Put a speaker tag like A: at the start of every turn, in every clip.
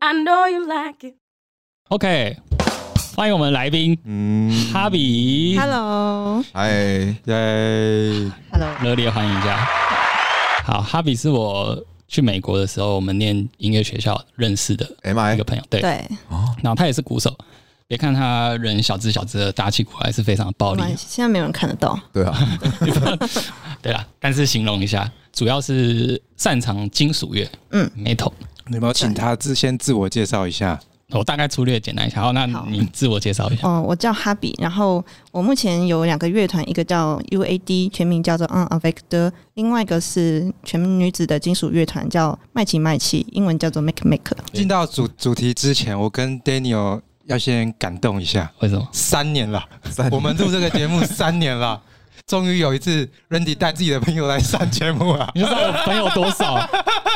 A: I know you like it。
B: OK，欢迎我们来宾
C: 嗯
B: 哈比
D: Hello，Hello，
C: 哎耶，
B: 热烈欢迎一下。好，哈比是我去美国的时候，我们念音乐学校认识的
C: M
B: 一
C: I
B: 个朋友，对，
D: 对，
B: 然后他也是鼓手。别看他人小只小只的，打起鼓来是非常的暴
D: 没
B: 力
D: 关
B: 的。
D: 系，现在没有人看得到。
C: 对啊，
B: 对啦，但是形容一下，主要是擅长金属乐，
D: 嗯
B: ，metal。
E: 你有没有请他自先自我介绍一下？
B: 我大概粗略简单一下，好，那
D: 好
B: 你自我介绍一下。
D: 哦，我叫哈比，然后我目前有两个乐团，一个叫 UAD，全名叫做 On Avec De，另外一个是全女子的金属乐团，叫麦奇麦奇，英文叫做 Make Make。
B: 对
E: 进到主主题之前，我跟 Daniel 要先感动一下，
B: 为什么？
E: 三年了，
C: 三
E: 我们录这个节目三年 了，终于有一次 Randy 带自己的朋友来上节目了。
B: 你就知道我朋友多少？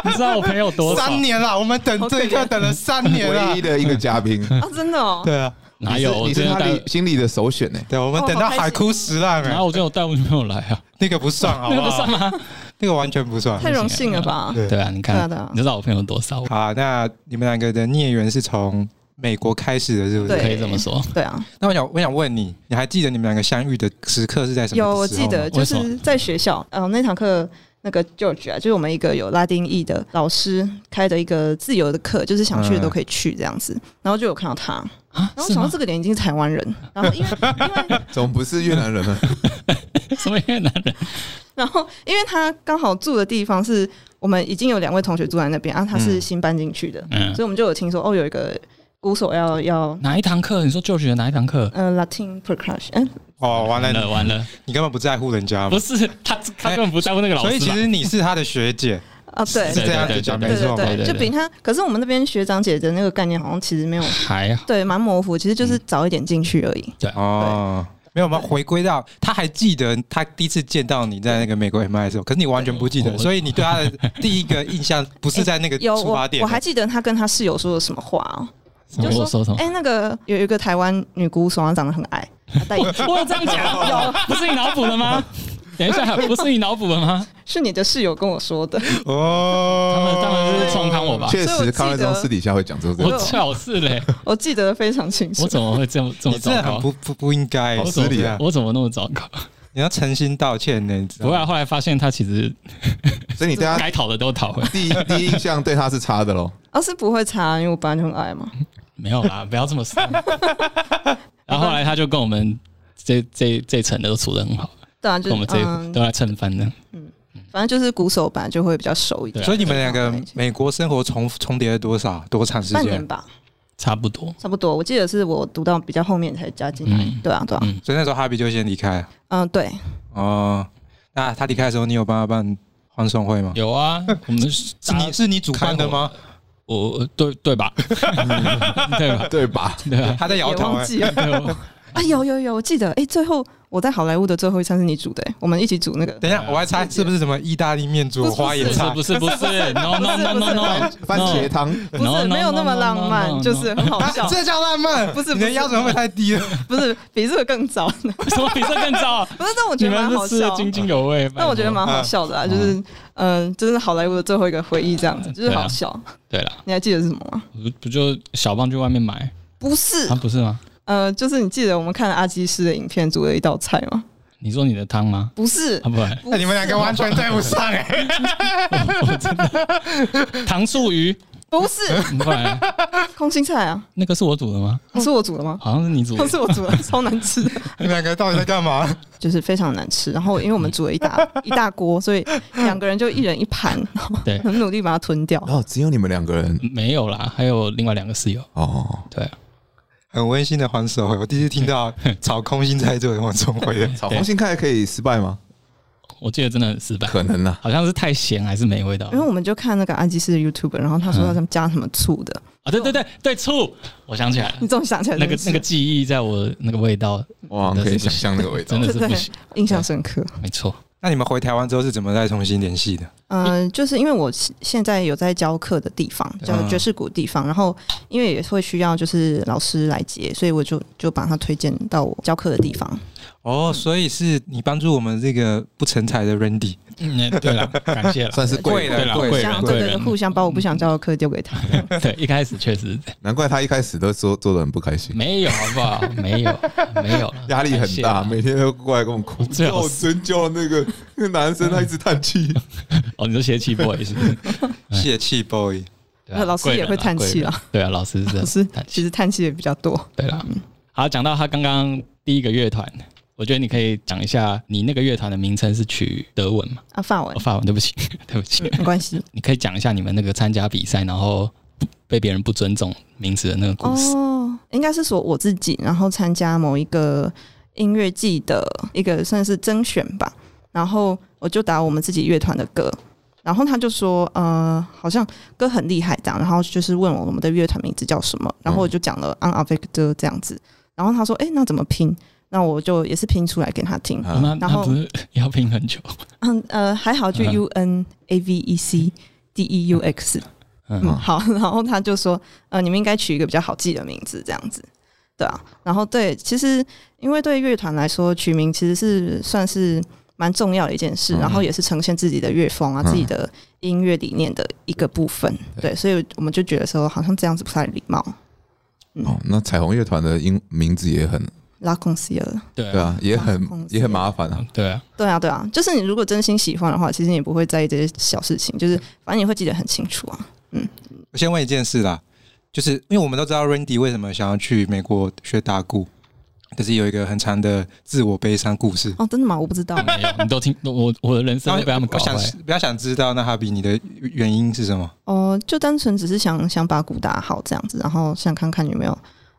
B: 你知道我朋友多少？
E: 三年了，我们等这一刻等了三年
C: 唯一
E: 了。
C: 的一个嘉宾，
B: 嗯
D: 哦，真的哦，
E: 对啊，
B: 啊 哪有？我
C: 你
B: 真
C: 是
B: 的
C: 他
B: 带，
C: 心里的首选呢？
E: 对，啊我们等到海枯石烂
B: 然后
E: 了，
B: 我真有带我女朋友来啊，
E: 那个不算，好
B: 那
E: 不
B: 个不算
E: 好？
B: 吗？
E: 那个完全不算。
D: 太荣幸了吧？
E: 对
B: 啊对啊，你看
D: 对啊对啊，
B: 你知道我朋友多少？
E: 好啊，那你们两个的孽缘是从美国开始的，是不是？
D: 对
B: 可以这么说。
D: 对啊，
E: 那我想，我想问你，你还记得你们两个相遇的时刻是哦在什么时候
D: 有
E: 吗？
D: 我记得就
B: 为什
D: 是在学校，呃，那堂课那个 George 啊，就是我们一个有拉丁裔的老师开的一个自由的课，就是想去的都可以去这样子，然后就有看到他，
B: 啊
D: 然后
B: 是
D: 想到
B: 吗？
D: 这个脸已经是台湾人，然后因为因为
C: 怎么不是越南人 呢？
B: 什么越南 人？
D: 然后因为他刚好住的地方是我们已经有两位同学住在那边，啊，他是
E: 嗯
D: 新搬进去的，
B: 嗯
D: 所，以我们就有听说哦，有一个鼓手要要
B: 哪一堂课？你说就学的哪一堂课？
D: 呃 Latin percussion，嗯、
E: 哦，完了，
B: 完
E: 你
B: 了完了，
E: 你根本不在乎人家嘛
B: 不。是他，他根本不在乎那个老
E: 所以
B: 师
E: 其
B: 嘛。
E: 实你是他的学 姐，
D: 啊对。
E: 是这样子讲
B: 对
E: 没
D: 对
E: 错
D: 对
E: 嘛。
B: 对
D: 对，
B: 对
D: 就比他，可是我们那边学长姐的那个概念好像其实没有
B: 还好，
D: 对，蛮模糊，其实
B: 嗯
D: 就是早一点进去而已。
E: 哦。没有，我们回归到他还记得他第一次见到你在那个美国 MI 的时候，可是你完全不
B: 哦
E: 记
B: 我
E: 得，所以你对他的第一个印象不是在那个
D: 有
E: 出发
D: 我
E: 点。啊
D: 我还记得他跟他室友说了什么话哦，
B: 我
D: 就
B: 我说什么？
D: 哎、那个有一个台湾女鼓手，她长得很矮，她戴眼镜
E: 哎
B: 我有这样讲？有，不是你脑补的 吗？等一下，不是你脑补的吗？
D: 是你的室友跟我说的，
B: 嗯他们
E: 哦，
B: 他们是冲康我吧？
C: 确
D: 所以我记
C: 实，
D: 得
C: 康乐中私底下会讲这
B: 我
C: 个，
B: 巧是嘞，
D: 我记得非常清楚
B: 我。怎么会这么这么
E: 你真
B: 糟
E: 的
B: 糕
E: 很？不不不应该，
B: 我
C: 好
B: 怎
C: 失
B: 么
C: 礼啊
B: 我怎么那么糟糕？
E: 你要诚心道歉呢。你知道
B: 不啊
E: 吗
B: 过后来发现他其实
C: 所以你对他
B: 该讨的都讨回，
C: 第一第一印象对他是差的喽。
D: 而、哦是不会查，因为我本来就很矮
B: 嗯
D: 嘛。
B: 没有 啦，不要这么说。然后后来他就跟我们这这这层的都处的很好，
D: 对啊，就
B: 跟我们这一
D: 嗯
B: 都，来蹭饭的。
D: 反正就是鼓手本来就会比较熟一
B: 对
D: 点
B: 啊，
E: 所以你们两个美国生活重重叠了多少多长时
D: 半
E: 间
D: 年？吧，
B: 差不多。
D: 差不多。我记得是我读到比较后面才加进来。
B: 嗯
D: 对啊，对啊，
B: 嗯
D: 嗯
E: 所以那时候哈比就先离开了。
D: 对，
E: 哦，那他离开的时候，你有帮他办欢送会吗？
B: 有 啊，我们
E: 是你是你主办的吗？
B: 我对对 吧？对吧？
C: 对吧？
B: 对啊，
E: 他在摇
D: 也
E: 头、
D: 忘
E: 欸。
D: 记了
B: 对 我
D: 啊，有有有，我记得，哎、最后我在好莱坞的最后一餐是你煮的、诶我们一起煮那个
E: 等一下，我还猜是不是什么意大利面煮花椰菜？
B: 不是不是不是，no no no no no，
C: 番茄汤，
D: 不是没有那么浪漫，就是很好笑
E: 啊，这叫浪漫？
D: 不是
E: 你的
D: 不是
E: 标准会不会太低了？
D: 不是比这个更早。
B: 为什么比这更糟？
D: 不是，但我觉
B: 你
D: 得蛮
B: 们
D: 好
B: 是吃的
D: 笑。
B: 津津有味，
D: 但我觉得蛮好笑的啊，就是嗯、就是好莱坞的最后一个回忆这样子，就是好笑。
B: 对啊了，
D: 你还记得是什么吗？
B: 不不就小棒去外面买
D: 不是
B: 啊？，不是吗？
D: 呃，就是你记得我们看了阿基师的影片煮了一道菜吗？
B: 你说你的汤吗？
D: 不是
B: 啊，，不 然，
D: 不
E: 那
D: 是
E: 你们两个完全对不上哎、
B: 糖醋鱼，
D: 不是
B: 不然
D: 空心 菜啊，
B: 那个是我煮的吗？
D: 是我煮的吗？
B: 好像是你煮的
D: 都。 是我煮的，超 难吃的，
E: 你们两个到底在干嘛？
D: 就是非常难吃。然后因为我们煮了 一大一大锅，所以两个人就一人一盘，然后
B: 对
D: 很努力把它吞掉。
C: 然
B: 哦
C: 后哦只有你们两个人
B: 没有啦，还有另外两个室友。
C: 哦，
B: 对啊，
E: 很温馨的欢送会，我第一次听 到炒空心菜做的欢送会的。
C: 炒红心看来可以失败吗？
B: 我记得真的很失败，
C: 可能啊，
B: 好像是太咸还是没味道
D: 因为我们就看那个阿基师的 YouTube，然后他说他
B: 嗯
D: 们加什么醋的，
B: 啊！对对对对，醋，我想起来了
D: 你，终于想起来
B: 嗯那个
D: 这
B: 那个
D: 件事
B: 记忆在我那个味道
C: 哇，哦可以想象那个味道
B: 真。的是不行，
D: 印象深刻。
B: 没错。
E: 那你们回台湾之后是怎么再重新联系的？
D: 嗯、就是因为我现在有在教课的地方，教
E: 嗯
D: 爵士鼓的地方，然后因为也会需要就是老师来接，所以我就就把他推荐到我教课的地方。
E: 哦，所以是你帮助我们这个不成才的 Randy，
B: 嗯，对 了，感谢了，
C: 算是贵
E: 贵
C: 人
E: 了
B: 对啦
E: 贵
B: 贵
E: 人
B: 人
D: 像
B: 贵
D: 对
B: 人嗯
D: 对对，互相把我不想教的课丢给他。
B: 对，一开始确实是这样
C: 难怪他一开始都做做的很不开心，
B: 没有，好不好？没有，没有了，
C: 压力
B: 感
C: 很
B: 谢
C: 大，
B: 了
C: 每天都过来跟我们哭。
B: 最好
C: 我真教那个那个男生，他一直叹 气。
B: 哦，你说邪气 boy 是不是？
E: 泄气 boy。
B: 对啊
D: 老师也会叹气
B: 贵人
D: 啦。
B: 贵人对啊，老师是
D: 老师
B: 叹气
D: 其实叹气也比较多。
B: 对啦。好，讲到他刚刚第一个乐团，我觉得你可以讲一下你那个乐团的名称是取德文嘛？
D: 啊，法文
B: 哦，法文，对不起， 对不起。
D: 没关系。
B: 你可以讲一下你们那个参加比赛，然后不被别人不尊重名字的那个故事。
D: 哦，应该是说我自己，然后参加某一个音乐季的一个算是甄选吧，然后我就打我们自己乐团的歌，然后他就说，呃，好像歌很厉害这样，然后就是问我们的乐团名字叫什么，
B: 嗯
D: 然后我就讲了 On Avec 的这样子，然后他说，哎、那怎么拼？那我就也是拼出来给他听，
B: 哦、
C: 啊
B: 那
D: 然后
B: 那不是 要拼很久？
D: 嗯呃，还好就
B: 嗯
D: U N A V E C D E U X，嗯，
B: 嗯，
D: 好， 然后他就说，呃，你们应该取一个比较好记的名字，这样子，对啊。然后对，其实因为对乐团来说，取名其实是算是蛮重要的一件事，
C: 嗯
D: 然后也是呈现自己的乐风啊、
C: 嗯
D: 自己的音乐理念的一个部分。对，所以我们就觉得说，好像这样子不太礼貌。
C: 哦，那彩虹乐团的英名字也很
D: 拉公司了，
B: 对
C: 对
B: 啊，
C: 啊，也
D: 啊
C: 很
D: 公司
C: 也很麻烦啊。
B: 嗯对啊，
D: 对啊，对啊，就是你如果真心喜欢的话，其实你不会在意这些小事情，就是反正你会记得很清楚啊。
E: 我先问一件事啦，就是因为我们都知道 Randy 为什么想要去美国学打鼓，可是有一个很长的自我悲伤故事。
D: 哦，真的吗？我不知道。
B: 没有，你都听我我的人生
E: 然
B: 都
E: 后
B: 被他们搞
E: 我
B: 坏
E: 想。比较想知道，那哈比你的原因是什么？
D: 哦，就单纯只是想想把鼓打好这样子，然后想看看有没有，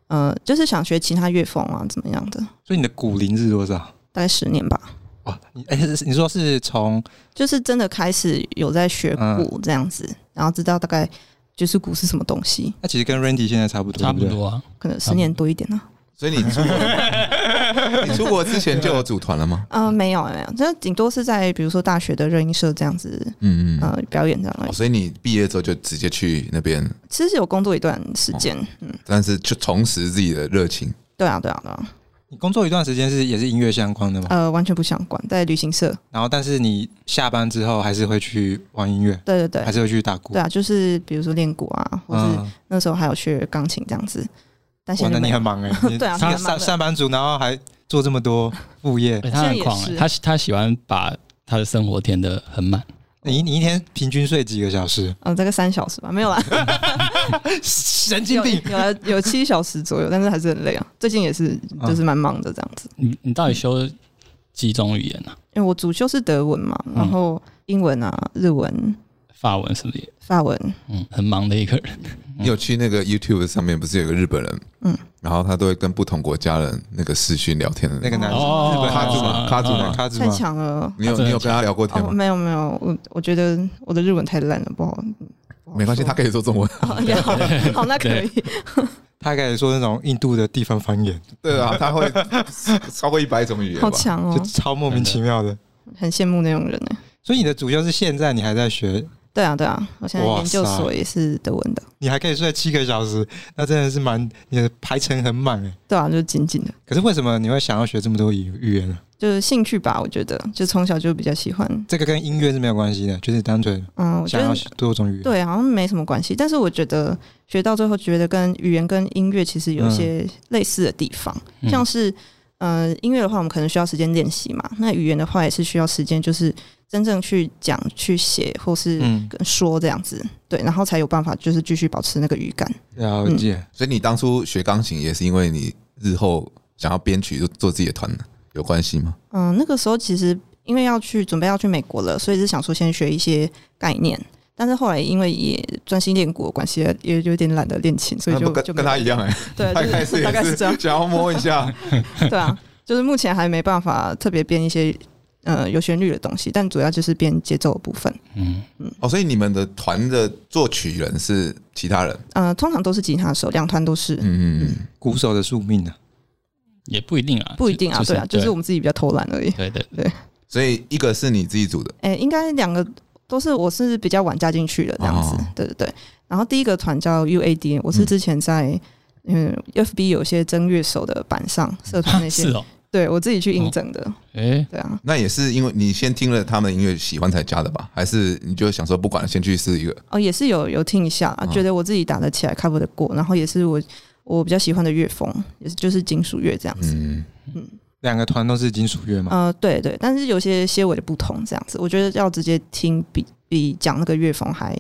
D: 呃，就是想学其他乐风啊，怎么样的？
E: 所以你的鼓龄是多少？
D: 大概十年吧，
E: 哇，你哎、是你说是从
D: 就是真的开始有在学
E: 嗯
D: 鼓这样子，然后知道大概就是鼓是什么东西，
E: 那其实跟 Randy 现在差不多，
B: 差不
E: 对对。
B: 多啊，
D: 可能十
E: 嗯
D: 年多一点啊呢、
C: 所以你出国， 你出国之前就有组团了吗？
D: 啊。呃，没有没有，这顶多是在比如说大学的热音社这样子，
C: 嗯嗯。
D: 呃，表演这样而
C: 哦
D: 已。
C: 所以你毕业之后就直接去那边，
D: 其实有工作一段时
E: 哦
D: 间，嗯，
C: 但是就重拾自己的热情。
D: 对啊对啊对
E: 哦
D: 啊，
E: 你工作一段时间是也是音乐相关的嘛？
D: 呃，完全不相关，在旅行社，
E: 然后但是你下班之后还是会去玩音乐，
D: 对对对
E: 还。是会去打鼓。
D: 对啊，就是比如说练鼓啊，或是
E: 嗯，
D: 那时候还有学钢琴这样子，但
E: 哇，
D: 现
E: 那
D: 在就没
E: 你
D: 有
E: 很忙哎、你
D: 对啊
E: 是一
D: 蛮
E: 个
D: 忙
E: 上
D: 的
E: 上班族，然后还做这么多副业，
B: 对他很狂欸，
D: 这也是
B: 他他喜欢把他的生活填得很满。
E: 你你一天平均睡几个小时？
D: 嗯，大概三小时吧，没有啦，
E: 神经
D: 有
E: 病！
D: 有啦有七小时左右，但是还是很累啊。最近也是
E: 啊
D: 就是蛮忙的这样子，
B: 你你到底修几种语言呢、啊？
D: 因为我主修是德文嘛，然后英文啊、日文、
B: 法文是不是也？
D: 法文，
B: 嗯，很忙的一个人。
C: 你有去那个 YouTube 上面，不是有个日本人？
D: 嗯，
C: 然后他都会跟不同国家人那个视讯聊天的
E: 那个男生，
B: 哦嗯
E: 日本
C: 卡
E: 卡
C: 住
E: 住
C: 嘛
E: 嘛，
C: 卡住嘛
E: 对卡住
D: 太
E: 嘛，
D: 强了。
C: 你有
B: 啊真的
C: 你有跟他聊过天
D: 哦，
C: 吗？
D: 没有没有，我我觉得我的日文太烂了，不好，不好
C: 没关系，
D: 说
C: 他可以说中文。
D: 哦也好， 好那可以，
E: 他开始说那种印度的地方方言，
C: 对啊，他会超过一百种语言吧
D: 好。强
E: 就
D: 哦，
E: 超莫名其妙的。
D: 很羡慕那种人呢。
E: 所以你的主修是现在你还在学
D: 对啊对啊，我现在
E: 哇
D: 研究
E: 塞
D: 所也是德文的，
E: 你还可以睡七个小时，那真的是蛮你的排程很满哎。
D: 对啊，就紧紧的，
E: 可是为什么你会想要学这么多语语言呢？
D: 就是兴趣吧，我觉得就从小就比较喜欢，
E: 这个跟音乐是没有关系的，就是单纯
D: 嗯，我觉
E: 想
D: 得
E: 要学多种语言。，
D: 对，好像没什么关系。但是我觉得学到最后，觉得跟语言跟音乐其实有一
C: 嗯
D: 些类似的地方，
B: 嗯
D: 像是呃音乐的话，我们可能需要时间练习嘛；那语言的话，也是需要时间，就是真正去讲、去写或是
E: 嗯，
D: 跟说这样子，对，然后才有办法就是继续保持那个语感。
B: 嗯
E: 了解。
C: 所以你当初学钢琴也是因为你日后想要编曲，就做自己的团，有关系吗？
D: 嗯、那个时候其实因为要去准备要去美国了，所以是想说先学一些概念。但是后来因为也专心练鼓的关系，也有点懒得练琴，所以
C: 那
D: 就
C: 不跟
D: 就没
C: 跟他
D: 有
C: 一样哎，
D: 对，
C: 他
D: 就
C: 一开 始
D: 大概
C: 也
D: 是这样。
C: 想要摸一下，
D: 对啊，就是目前还没办法特别编一些呃有旋律的东西，但主要就是编节奏的部分。
B: 嗯，
C: 哦，所以你们的团的作曲人是其他人，
D: 呃，通常都是吉他手，两团都是，
C: 嗯嗯嗯，
E: 鼓手的宿命啊呢、
B: 也不一定啊，
D: 不一定啊，对啊，就是我
B: 们
D: 们自己比较偷懒而已。
B: 对对
C: 所以一个是你自己组的，
D: 哎、应该两个都是我是比较晚加进去的这样子，
C: 哦
D: 对对对。然后第一个团叫 UAD，我是之前在嗯 FB 有些真乐手的版上社团那
B: 啊
D: 些，
B: 是哦，
D: 对我自己去应征的，
B: 哎，
D: 对啊，
C: 那也是因为你先听了他们的音乐喜欢才加的吧？还是你就想说不管了，先去试一个？
D: 哦，也是有有听一下、
C: 嗯
D: 觉得我自己打得起来，cover 的过，然后也是我我比较喜欢的乐风，也是就是金属乐这样子。
C: 嗯，
E: 两个团都是金属乐嘛，
D: 呃，对对，但是有些些微的不同这样子，我觉得要直接听比比讲那个乐风还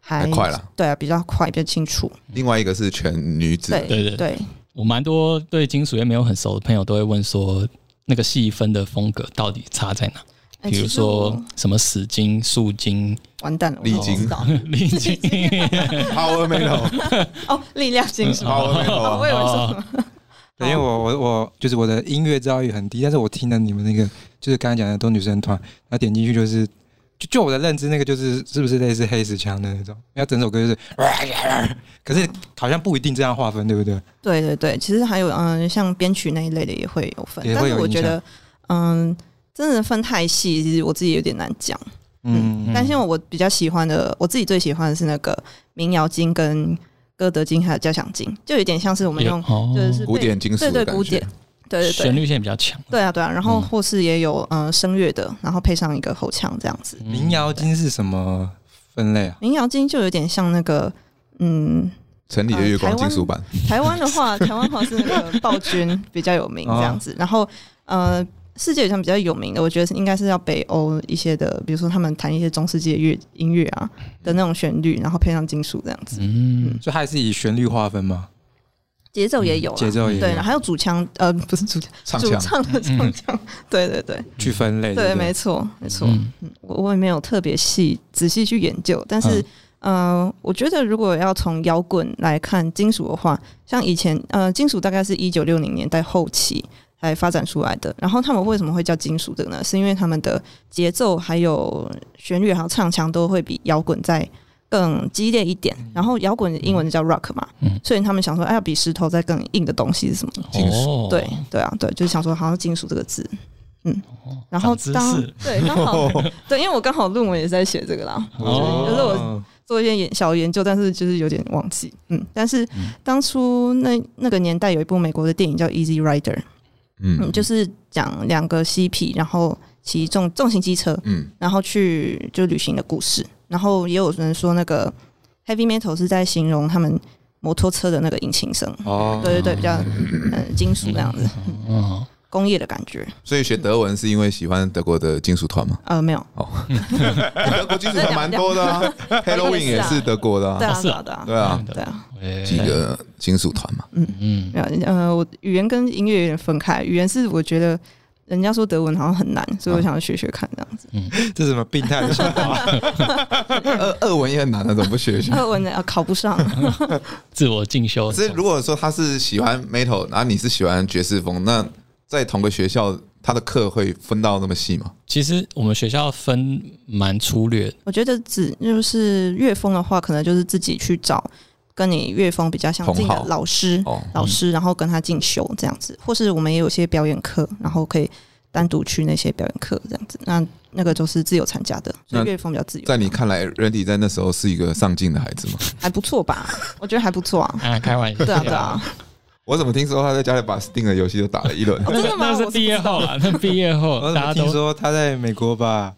D: 还
C: 还快了。
D: 对啊，比较快，比较清楚。
C: 另外一个是全女子，
D: 对
B: 对对对，
D: 对，
B: 我蛮多对金属乐没有很熟的朋友都会问说，那个细分的风格到底差在哪？
D: 哎
B: 比如
D: 其实
B: 说
D: 我
B: 什么死金、素 金、
D: 完蛋了，我
C: 历
D: 都不
C: 经
D: 知道
B: 丽金，
C: ，Power Metal，Power
D: 哦，力量金属。 哦
C: Metal，
D: 我以为
B: 嗯哦
D: 说什么
E: 对因为我我我就是我的音乐造诣很低，但是我听了你们那个就是刚才讲的都女生团，然后点进去就是就就我的认知那个就是是不是类似黑死腔的那种，要整首歌就是， 可是好像不一定这样划分，对不对？
D: 对对对，其实还有嗯、像编曲那一类的也会有分，
E: 也
D: 但
E: 会
D: 是
E: 有
D: 我
E: 影
D: 觉
E: 响
D: 得嗯、真的分太细，其实我自己有点难讲。
E: 嗯，
D: 但像我比较喜欢的，我自己最喜欢的是那个民谣金跟歌德金还有交响金，就有点像是我们用
B: 哦
D: 就是
C: 古典金属的
D: 对对
C: 感觉
D: 古典，对对
B: 旋
D: 对。
B: 律线比较强，
D: 对啊，对啊，然后
B: 嗯
D: 或是也有呃声乐的，然后配上一个口腔这样子。
E: 嗯民谣金是什么分类啊？
D: 民谣金就有点像那个，嗯，
C: 城里的月光金属版，
D: 台湾的 话，台湾好像是那个暴君比较有名这样
E: 哦
D: 子，然后呃，世界上比较有名的，我觉得是应该是要北欧一些的，比如说他们弹一些中世纪的乐音乐啊的那种旋律，然后配上金属这样子，
B: 嗯，
E: 就还是以旋律划分嘛？
D: 节奏也有啦，
E: 嗯节奏也有
D: 对，还有主腔，呃，不是主腔，
C: 唱
D: 主
C: 腔
D: 唱的
B: 嗯
D: 唱腔，对对对
E: 去分类，
D: 对，
E: 不
D: 没错没错，
B: 嗯
D: 嗯我我也没有特别细仔细去研究，但是。呃，我觉得如果要从摇滚来看金属的话，像以前呃，金属大概是一九六零年代后期才发展出来的。然后他们为什么会叫金属的呢？是因为他们的节奏、还有旋律、还有唱腔都会比摇滚再更激烈一点。然后摇滚英文叫 rock 嘛，
B: 嗯
D: 所以他们想说，哎、要比石头再更硬的东西是什么？
C: 金属
B: 哦
D: 对对啊，对，就是想说好像金属这个字，嗯，然后
B: 哦长知
D: 当
B: 识
D: 对刚 好对，因为我刚好论文也是在写这个啦，
E: 嗯
B: 哦
D: 就是我做一些研小研究，但是就是有点忘记，嗯，但是当初那那个年代有一部美国的电影叫《Easy Rider》，嗯，
C: 嗯，
D: 就是讲两个嬉皮，然后骑重重型机车，
C: 嗯，
D: 然后去就旅行的故事。然后也有人说那个 heavy metal 是在形容他们摩托车的那个引擎声，
E: 哦，
D: 对对对，比较嗯金属那样子，
B: 嗯，
D: 工业的感觉。
C: 所以学德文是因为喜欢德国的金属团吗？
D: 呃，没有，
C: 德国金属团蛮多 的啊，Halloween 也是德国的
D: 对
C: 啊，
D: 啊，
B: 哦是
D: 对
B: 啊
D: 啊，对啊，
C: 对啊，
D: 对啊，
B: 喂
C: 几个金属团嘛，
B: 嗯
D: 没有。呃，我语言跟音乐有点分开，语言是我觉得人家说德文好像很难，所以我想要学学看这样子。
E: 这是什么病态的 想法？
C: 俄俄文也很难的，啊怎么不学 一下？
D: 呃，我呢呃考不上，
B: 自我进修
C: 可，是如果说他是喜欢 metal，然后你是喜欢爵士风，那在同个学校，他的课会分到那么细吗？
B: 其实我们学校分蛮粗略的，
D: 我觉得只就是乐风的话，可能就是自己去找跟你乐风比较相近
C: 同
D: 的
C: 好
D: 老师，
C: 哦，
D: 老师，然后跟他进修这样子，或是我们也有些表演课，然后可以单独去那些表演课这样子。那那个就是自由参加的，所以
C: 那
D: 乐风比较自由，
C: 在你看来，Randy 在那时候是一个上进的孩子 吗？
D: 还不错吧？我觉得还不错啊。
B: 啊，开玩笑，
D: 对啊，对 啊，
C: 我怎么听说他在家里把 Sting 的游戏都打了一 轮？
D: 哦真的吗？
B: 那
D: 我
B: 是
D: 不
B: 毕业
D: 知道
B: 后啊，那毕业后
E: 我怎
B: 大家
E: 么 听
B: 都
E: 说他在美国把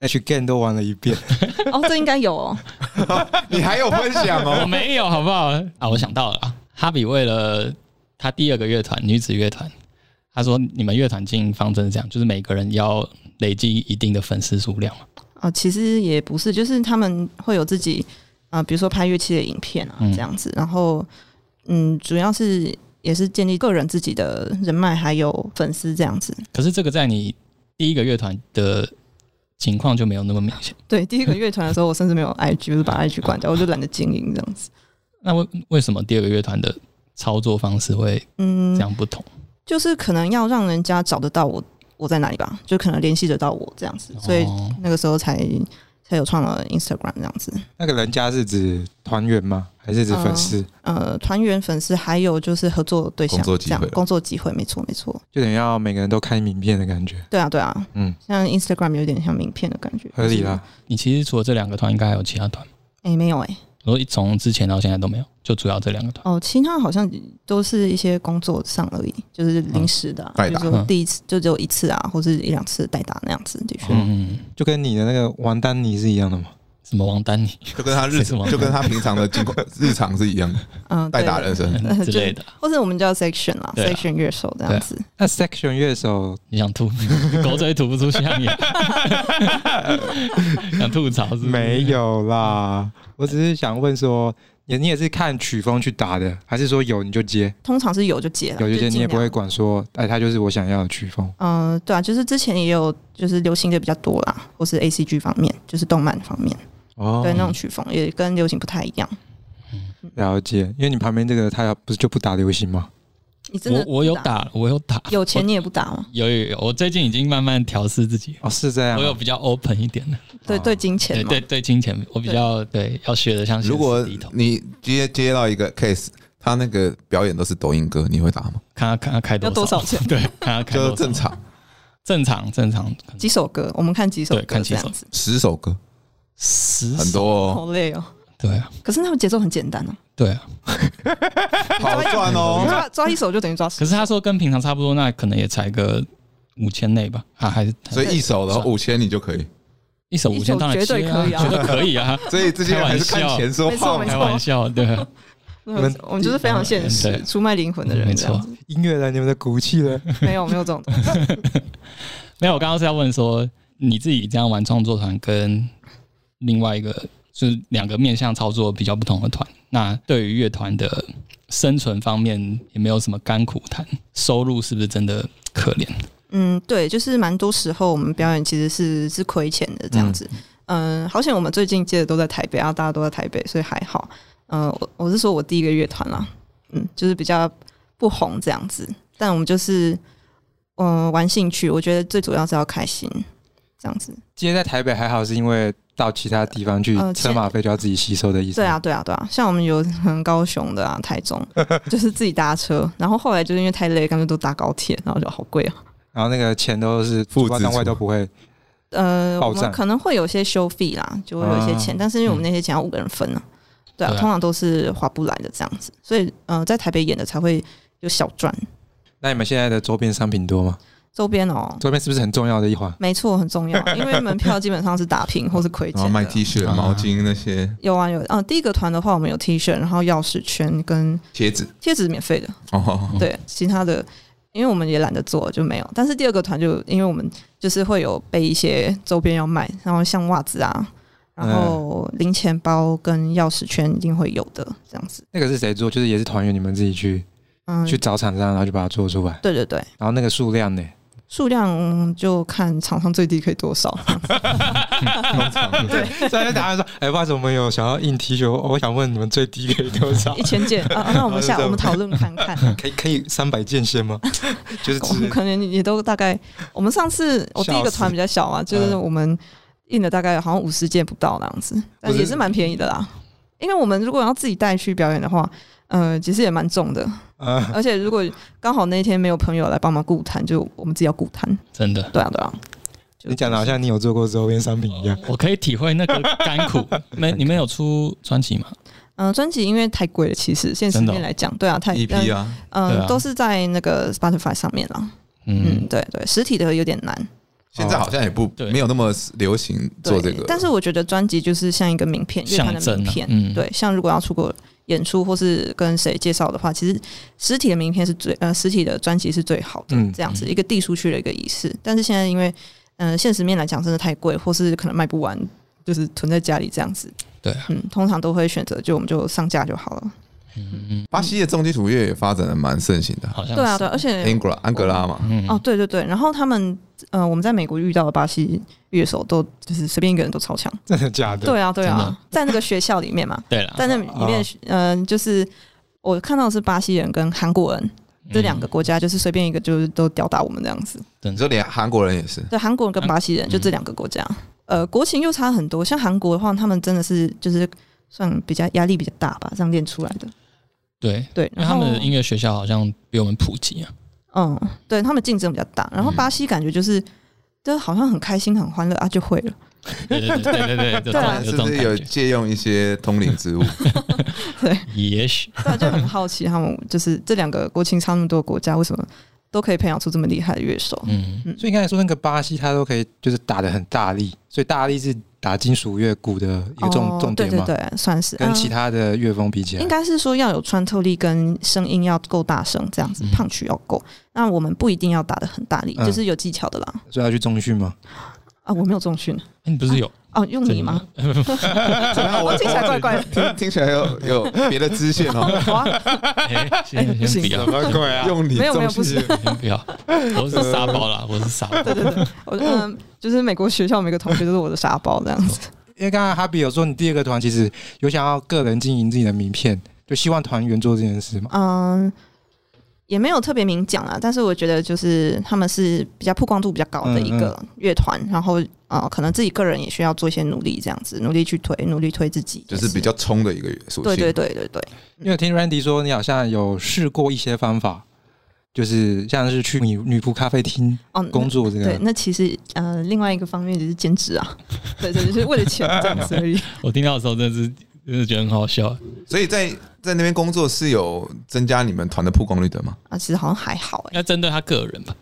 E: H Game 都玩了一遍？
B: 啊
D: 哦，这应该有哦。
C: 你还有分享
B: 我
C: 哦？
B: 没有，好不好？啊，我想到了啊，哈比为了他第二个乐团女子乐团，他说你们乐团经营方针是这样，就是每个人要累积一定的粉丝数量嘛，
D: 啊，其实也不是，就是他们会有自己啊、呃比如说拍乐器的影片啊
B: 嗯
D: 这样子，然后嗯，主要是也是建立个人自己的人脉还有粉丝这样子。
B: 可是这个在你第一个乐团的情况就没有那么明显。
D: 对，第一个乐团的时候，我甚至没有 IG，我就把 IG 关掉，我就懒得经营这样子。
B: 那为为什么第二个乐团的操作方式会
D: 嗯
B: 这，样不同？
D: 就是可能要让人家找得到我我在哪里吧，就可能联系得到我这样子，嗯所以
B: 哦
D: 那个时候才才有创了 Instagram 这样子。
E: 那个人家是指团员吗？还是指粉丝？
D: 呃，团员、粉丝还有就是合作对象，
C: 工作机
D: 这
C: 会
D: 样工作机会，没错没错，
E: 就等于要每个人都看名片的感觉，
D: 对啊对啊，
E: 嗯，
D: 像 Instagram 有点像名片的感觉，
E: 合理啦。
B: 你其实除了这两个团，应该还有其他团吗。
D: 哎、没有哎、
B: 我说从之前到现在都没有，就主要这两个团。
D: 哦，其他好像都是一些工作上而已，就是临时的、啊，
C: 嗯代
D: 就
C: 打
D: 是
E: 嗯
D: 我第一次就只有一次啊，或是一两次代打那样子，的确。
B: 嗯，
E: 就跟你的那个王丹妮是一样的嘛。
B: 什么王丹妮
C: 就跟他日
B: 谁 是王
C: 就跟他平常的经过日常是一样的，
D: 嗯，
C: 代
D: 对
C: 打人 生。
D: 呃
B: 之类的，
D: 或者我们叫 section 啦、
B: 对
D: s
B: 啊
D: e c t i o n 乐手这样子。
E: 那 section 乐手，
B: 你想吐，口水吐不出象牙，想吐槽是不是
E: 没有啦，我只是想问说，你你也是看曲风去打的，还是说有你就接，
D: 通常是有就结了，
E: 有就接，
D: 啊尽
E: 你也不会
D: 量。
E: 管说，哎，他就是我想要的曲风。
D: 嗯、对啊，就是之前也有，就是流行的比较多啦，或是 A C G 方面，就是动漫方面，
E: 哦
D: 对那种曲风也跟流行不太一样。
E: 了解，因为你旁边这个他要不是就不打流行吗？
D: 你真
B: 我
D: 的
B: 我有
D: 不，
B: 打，我有打，
D: 有钱你也不打吗？
B: 有有有，我最近已经慢慢调试自己，
E: 哦，是这样
B: 我
E: 啊。
B: 有比较 open 一点了。
D: 对对，金
B: 啊对
D: 钱嘛，
B: 对对，金钱我比较对要学的像
C: 如果
B: 低头，
C: 你接接到一个 case，他那个表演都是抖音歌，你会打吗？
B: 看他看他开
D: 要多
B: 少
D: 少钱
B: 对，看他开多
C: 就
B: 少
C: 是正常
B: 正常正常，
D: 几首歌，我们看几首
B: 对
D: 歌
B: 看
D: 这
B: 几首
D: 样子，
C: 十首歌，
B: 十
C: 很多哦，
D: 好累哦。
B: 对啊
D: 可是他们节奏很简 单哦、
B: 对啊。
C: 好赚哦。
D: 抓抓一首就等于抓
B: 可
D: 十。
B: 是他说跟平常差不多，那可能也才个五千内吧，啊还是
C: 所以一首的话
B: 算
C: 五千你就可以，
B: 一首五千当然
D: 一首绝对
B: 接啊
D: 可以啊
B: 绝对 可以 啊，
C: 所以这些人还是
B: 开玩
C: 看
B: 笑
C: 钱说
D: 没错
C: 话
D: 没错
C: 嘛。
B: 开玩笑对啊，
D: 我
E: 们
D: 们嗯我们就是非常现实
B: 嗯对，
D: 出卖灵魂的人
B: 没
D: 这样
B: 错
D: 子。
E: 音乐人，你们的骨气了。
D: 没有没有这种东西，
B: 没有，我刚刚是要问说，你自己这样玩创作团跟另外一个就是两个面向操作比较不同的团，那对于乐团的生存方面也没有什么甘苦谈，收入是不是真的可怜？
D: 嗯，对，就是蛮多时候我们表演其实是是亏钱的这样子。嗯，好险我们最近接的都在台北啊，大家都在台北，所以还好。嗯，我我是说我第一个乐团啦，嗯，就是比较不红这样子，但我们就是嗯、呃玩兴趣，我觉得最主要是要开心这样子。
E: 接在台北还好，是因为到其他地方去
D: 呃，
E: 车马费就要自己吸收的意思。
D: 对啊，对啊，对啊，像我们有很高雄的啊，台中， 就是自己搭车，然后后来就是因为太累，干脆都搭高铁，然后就好贵啊。
E: 然后那个钱都是主办单位都不会，
D: 呃，
E: 爆
D: 我
E: 炸
D: 们可能会有些修费啦，就会有一些钱，
E: 啊
D: 但是因为我们那些钱要五个人分啊，对啊，
B: 对啊
D: 通常都是划不来的这样子，所以呃，在台北演的才会有小赚
E: 那你们现在的周边商品多吗？
D: 周 边哦。
E: 周边是不是很重要的一环？
D: 没错，很重要，因为门票基本上是打平或是亏
C: 然后
D: 钱
C: 哦卖
D: 的。
C: T 恤、
E: 啊
C: 毛巾那些
D: 有啊有，嗯、第一个团的话，我们有 T 恤，然后钥匙圈跟
C: 鞋子
D: 贴纸免费的，
C: 哦，
D: 对，其他的因为我们也懒得做，就没有。但是第二个团就因为我们就是会有备一些周边要卖，然后像袜子啊，然后零钱包跟钥匙圈一定会有的这样子。
E: 那个是谁做？就是也是团员你们自己去
D: 嗯，
E: 去找厂商，然后就把它做出来。
D: 对对对，
E: 然后那个数量呢？
D: 数量就看厂商最低可以多少。对，
E: 所以就打算说，哎，为什么有想要印 T 恤？哦我想问你们最低可以多少
D: 一？千 件啊，那我们下
E: 好就这样
D: 我们讨论看看。
E: 可以可以三百件先 吗？就是
D: 我们
E: 只
D: 可能也都大概，我们上次我第一
E: 笑
D: 个
E: 死
D: 团比较小嘛，就是我们印了大概好像五十件不到那样子，但
E: 不是
D: 也是蛮便宜的啦。因为我们如果要自己带去表演的话，呃，其实也蛮重的，
E: 啊，
D: 而且如果刚好那一天没有朋友来帮忙顾摊，就我们自己要顾摊。
B: 真的，
D: 对啊，对啊。就
E: 你讲的好像你有做过周边商品一样。
B: 我可以体会那个甘苦。没，你们有出专辑吗？
D: 嗯、专辑因为太贵了，其实现实
B: 真的哦
D: 面来讲，对啊，太
C: ，EP 啊，
D: 嗯、
B: 对啊
D: 都是在那个 Spotify 上面啦。嗯，
B: 嗯，
D: 对对，实体的有点难。
C: 现在好像也不
B: 对
C: 没有那么流行
D: 哦对
C: 做这个，
D: 但是我觉得专辑就是像一个名片，乐团
B: 象
D: 的
B: 征
D: 名
B: 啊
D: 片，，
B: 嗯，
D: 对，像如果要出国演出或是跟谁介绍的话，其实实体的名片是最呃实体的专辑是最好的，
E: 嗯
D: 这样子
B: 嗯
D: 一个递出去的一个仪式。但是现在因为嗯、呃现实面来讲真的太贵，或是可能卖不完，就是囤在家里这样子。
B: 对啊，
D: 嗯，通常都会选择就我们就上架就好了。
B: 嗯，
C: 巴西的重金属乐也发展的蛮盛行的
B: 好像
D: 对啊，
B: 是
D: 对啊，而且。
C: ，Angola 安哥拉嘛，
B: 嗯
D: 哦，对对对，然后他们，呃，我们在美国遇到的巴西乐手都就是随便一个人都超强，
E: 真的假的？
D: 对啊，对
B: 真
D: 啊
B: 的，啊
D: 在那个学校里 面嘛，
B: 对了，
D: 在那里面，嗯、就是我看到的是巴西人跟韩国人这两
B: 嗯
D: 个国家，就是随便一个就是都吊打我们这样子。
C: 你说连韩国人也是，
D: 对，韩国人跟巴西人就
B: 嗯
D: 这两个国家，呃，国情又差很多。像韩国的话，他们真的是就是算比较压力比较大吧，这样练出来的。
B: 对，
D: 对，
B: 因为
D: 然
B: 他
D: 后
B: 们的音乐学校好像比我们普及啊，
D: 嗯，对他们竞争比较大。然后
B: 嗯
D: 巴西感觉就是，就好像很开心很欢乐啊，就会了。
B: 对对对对对，就这
D: 对
B: 种
D: 啊
B: 有
C: 是
B: 这
C: 不
B: 种
C: 是有
B: 感觉，
C: 借用一些通灵之物？
B: 也许
D: 对啊，就很好奇他们就是这两个国情差那么多的国家，为什么都可以培养出这么厉害的乐手？
B: 嗯
E: 所以刚才说那个巴西，他都可以就是打的很大力，所以大力是打金属乐鼓的一个重、
D: 哦
E: 重点嘛，
D: 对对对，算是嗯
E: 跟其他
D: 他、
E: 的乐风比起来，
D: 应该是说要有穿透力，跟声音要够大声，这样子
B: 嗯
D: 胖曲要够。那我们不一定要打的很大力，
E: 嗯
D: 就是有技巧的啦。
E: 所以要去中训嘛。
D: 啊，我没有重训
B: 哎你不是有
D: 哦，用你吗？？哦
C: 怎么样 我
D: 听起来怪怪的。
C: 听听起来有有别的支线 哦，
D: 好啊，
B: 哎，
D: 哎
B: 先
D: 不
B: 先
D: 行
B: 不要，
E: 鬼啊
C: 用你
D: 没有没有
C: 重视
D: 不
B: 先不要，我是沙包啦，我是沙包，
D: 对对对，我嗯，就是美国学校每个同学都是我的沙包这样子。
E: 因为刚才哈比有说，你第二个团其实有想要个人经营自己的名片，就希望团员做这件事嘛。
D: 嗯，也没有特别明讲啊，但是我觉得就是他们是比较曝光度比较高的一个乐团，然后啊、呃可能自己个人也需要做一些努力，这样子努力去推，努力推自己，
C: 就是比较冲的一个属性。
D: 对对对对对，
E: 因为听 Randy 说，你好像有试过一些方法，就是像是去女女仆咖啡厅
D: 哦，
E: 工
D: 作
E: 作这
D: 对
E: 个，，
C: 嗯
D: 那其实呃，另外一个方面就是兼职啊， 对对，就是为了钱这样子而已。
B: 我听到的时候真的是真的觉得很好笑，
C: 所以在在那边工作是有增加你们团的曝光率的吗？
D: 啊，其实好像还好哎、
B: 要针对他个人吧？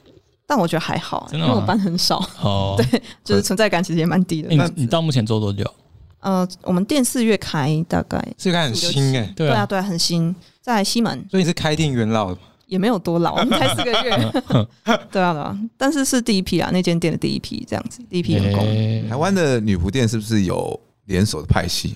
D: 但我觉得还好、欸
B: 真
D: 因
B: 的
D: 为
B: 吗
D: 我班很少，
B: 哦，对，
D: 就是存在感其实也蛮低的。
B: 你你到目前做多久？
D: 呃，我们店四月开，大概
E: 这个很新哎、
B: 对
D: 啊，，对啊，很新，在西门
E: 所以你是开店元老嘛，
D: 也没有多老，我们才四个月。对啊，对啊，但是是第一批啊，那间店的第一批这样子，第一批员工。诶、
C: 台
E: 嗯
B: 哎
C: 湾的女仆店是不是有连锁的派系？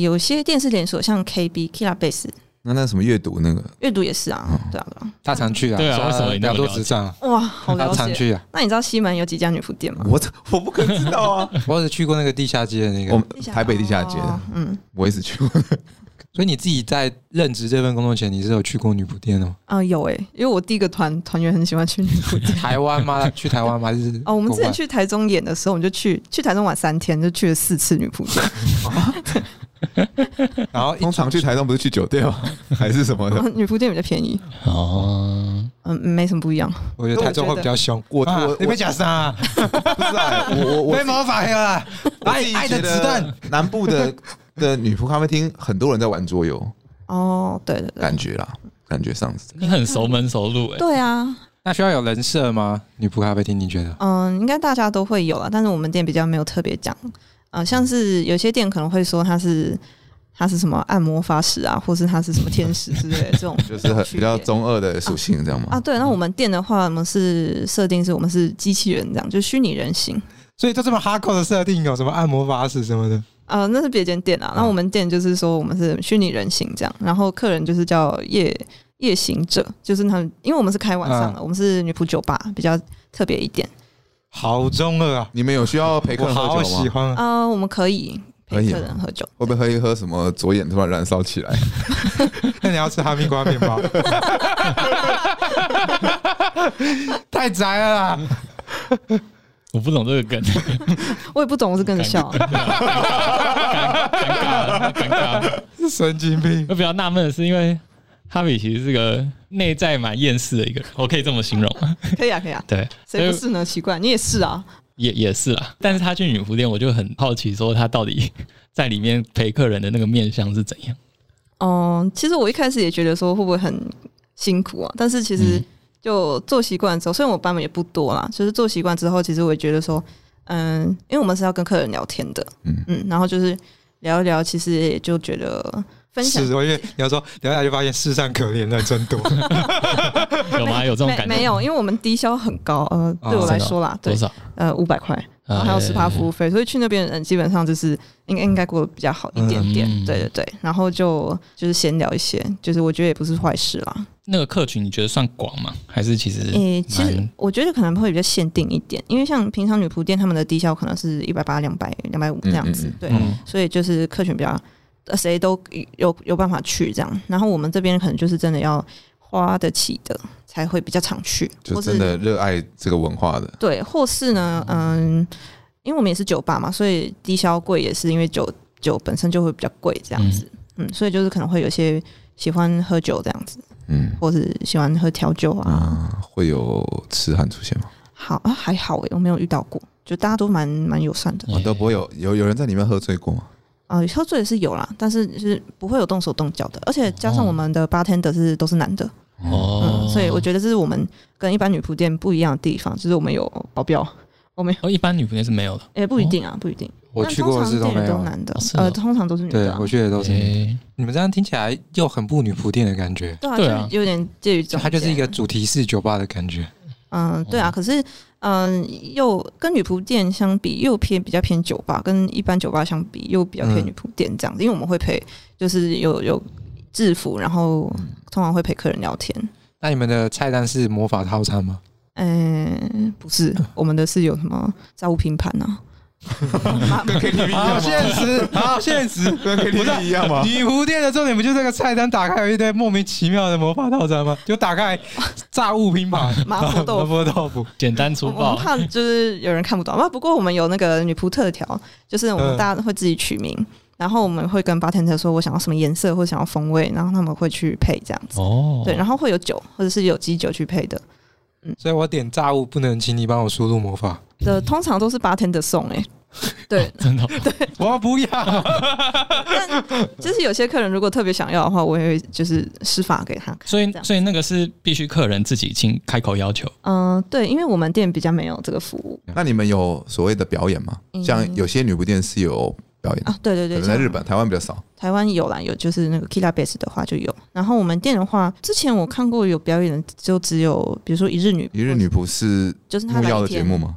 D: 有些店是连锁，像 KB、Kila Base、
C: 那那什么阅读那 个，
D: 阅读也是啊。对啊，对啊。
E: 他常去啊，
B: 对啊
E: 说他
B: 为什么你那么
E: 两多
B: 了解
E: 指掌啊，
D: 哇，好
E: 他
D: 了
E: 常
D: 解。
E: 去啊，
D: 那你知道西门有几家女仆店吗？
C: 我怎我不可能知 道啊！
E: 我只去过那个地下街的那个
C: 我。们台北地下街的
D: 哦，嗯
C: 我一直去过。
E: 所以你自己在任职这份工作前，你是有去过女仆店 哦？
D: 啊、有诶、因为我第一个团团员很喜欢去女仆 店。
E: 台湾吗？去台湾吗？还是
D: 哦，我们
E: 国
D: 之前
E: 外
D: 去台中演的时候，我们就去去台中玩三天，就去了四次女仆 店。
E: 然后一
C: 通常去台东不是去酒店 吗？还是什么的？
D: 女仆店比较便宜，
B: 哦，
D: 嗯，没什么不一样。
E: 我觉得台中会比较凶。
C: 我
E: 啊
C: 我
E: 你被假杀，
C: 不是啊，我我我
E: 被魔法黑了，
C: 我自
E: 爱
C: 己
E: 爱的
C: 觉得
E: 子弹。
C: 南部的的女仆咖啡厅，很多人在玩桌游，
D: 哦，对对对，
C: 感觉啦，感觉上次
B: 你很熟门熟路哎，
D: 对啊，
E: 那需要有人设吗？女仆咖啡厅，你觉得？
D: 嗯，应该大家都会有啦，但是我们店比较没有特别讲，呃，像是有些店可能会说它是它是什么按摩法师啊，或是它是什么天使之类的这种区别，
C: 就是很比较嗯中二的属性，这样
D: 啊。
C: 吗？
D: 对，那我们店的话，我们是设定是我们是机器人这样，就是虚拟人形。
E: 所以就这么哈扣的设定，有什么按摩法师什么的，
D: 呃，那是别间店
C: 嗯
D: 啊，那我们店就是说我们是虚拟人形这样，然后客人就是叫夜夜行者，就是他们，因为我们是开晚上的，
C: 嗯
D: 我们是女仆酒吧，比较特别一点。
E: 好中二啊！
C: 你们有需要陪客
E: 我
C: 人
E: 好
C: 喝
E: 喜
C: 酒吗？
E: 欢啊，
D: 啊、我们可以
C: 嗯可
D: 陪
C: 以啊
D: 客人喝酒，
C: 会不会喝一喝什么左眼突然燃烧起来？
E: 那你要吃哈密瓜面 包，太宅了啦！
B: 我不懂这个梗，
D: 我也不懂，我是跟着
B: 尴
D: 笑 啊、
B: 尴尬了，尴尬了。
E: 神经病，
B: 我比较纳闷的是，因为哈比其实是个内在蛮厌世的一个人，我可以这么形容吗。
D: 可以啊，可以啊，
B: 对，所
D: 谁
B: 以
D: 不是呢？奇怪，你也是啊，
B: 也也是啦。但是他去女仆店，我就很好奇，说他到底 在里面陪客人的那个面相是怎样？
D: 嗯，其实我一开始也觉得说会不会很辛苦啊，但是其实
B: 嗯
D: 就做习惯之后，虽然我班门也不多啦，就是做习惯之后，其实我也觉得说，嗯，因为我们是要跟客人聊天的，
C: 嗯
D: 嗯嗯，然后就是聊一聊，其实也就觉得分享
E: 是，因为你要说聊下就发现世上可怜的真多，
B: 有吗？哦有这种
D: 没
B: 感觉？
D: 没有，因为我们低消很高，呃，
E: 啊
D: 对我来说啦，
B: 多
D: 对，
B: 少？啊呃
D: 呃，五百块，然后还有十趴服务费，所以去那边的人基本上就是应该应该过得比较好一点点，
B: 嗯
D: 对对对，然后就就是闲聊一些，就是我觉得也不是坏事啦，
B: 那个客群，你觉得算广吗？还是其实
D: 诶、其实
B: 蛮
D: 我觉得可能会比较限定一点，因为像平常女仆店他们的低消可能是一百八、两百、两百五这样子，
C: 嗯嗯嗯
D: 对，
B: 嗯
D: 所以就是客群比较呃谁都有有办法去这样。然后我们这边可能就是真的要花得起的才会比较常去，
C: 就
D: 或
C: 真
D: 是
C: 的热爱这个文化的，
D: 对，或是呢，嗯，因为我们也是酒吧嘛，所以低消贵也是因为酒酒本身就会比较贵这样子，嗯所以就是可能会有些喜欢喝酒这样子，
C: 嗯
D: 或是喜欢喝调酒啊，
C: 啊，会有痴汉出现吗？
D: 欸好啊，还好诶、我没有遇到过，就大家都蛮蛮友善的。
E: 嗯
C: 啊都不会有有有人在里面喝醉过吗？
D: 啊、喝醉也是有啦，但是就是不会有动手动脚的，而且加上
B: 哦
D: 我们的 bartender 是都是男的，
B: 哦
D: 嗯，，所以我觉得这是我们跟一般女仆店不一样的地方，就是我们有保镖，我们
B: 哦，一般女仆店是没有的。
D: 也、不一定啊，不一定。
E: 哦我
D: 但
E: 去过
D: 通
E: 的
D: 常
E: 是都
D: 店
E: 没
D: 员都
E: 有，
D: 男的
B: 哦，是哦
D: 呃，通常都是女
E: 对
D: 的啊、
E: 我去的都是。
B: 诶
E: 你们这样听起来又很不女仆店的感觉，
D: 对啊，
B: 对啊
D: 就有点介于
E: 就
D: 中
E: 它
D: 间，
E: 就是一个主题式酒吧的感觉。
D: 嗯，对
E: 哦
D: 啊，可是嗯、又跟女仆店相比，又偏比较偏酒吧，跟一般酒吧相比，又比较偏
E: 嗯
D: 女仆店这样子，因为我们会陪，就是有有制服，然后
E: 嗯
D: 通常会陪客人聊天。
E: 那你们的菜单是魔法套餐吗？
D: 嗯，不是，我们的是有什么债务拼盘啊？麻
C: 跟 KTV 一
E: 好现实，好现实。
C: 跟 KTV 一 样吗？
E: 女仆店的重点不就这个菜单打开有一堆莫名其妙的魔法套餐吗？就打开炸物拼 盘、
D: 麻婆豆腐。
E: 嗯麻婆豆腐，
B: 简单粗
D: 我我们
B: 暴，
D: 怕就是有人看不懂啊。不过我们有那个女仆特调，就是我们
E: 嗯
D: 大家会自己取名，然后我们会跟 bartender 说我想要什么颜色或想要风味，然后他们会去配这样子。
B: 哦，
D: 对，然后会有酒或者是有基酒去配 的。
E: 所以我点炸物不能请你帮我输入魔 法，
D: 的通常都是 bartender 送哎、对，
B: 真的哦
E: 我不要。
D: 就是有些客人如果特别想要的话，我也会就是施法给他看。
B: 所以
D: 这样
B: 所以那个是必须客人自己亲开口要求，
D: 嗯、对，因为我们店比较没有这个服务
C: 那你们有所谓的表演吗？
D: 嗯
C: 像有些女仆店是有表演，
D: 啊。对对
C: 可
D: 对，
C: 能在
D: 像
C: 日本、台湾比较少。
D: 台湾有啦，有就是那个 Kila Base 的话就有。然后我们店的话，之前我看过有表演的，就只有比如说一日女，
C: 一日女仆是
D: 就是他
C: 木
D: 来
C: 曜
D: 一
C: 的节
D: 天，
C: 目吗？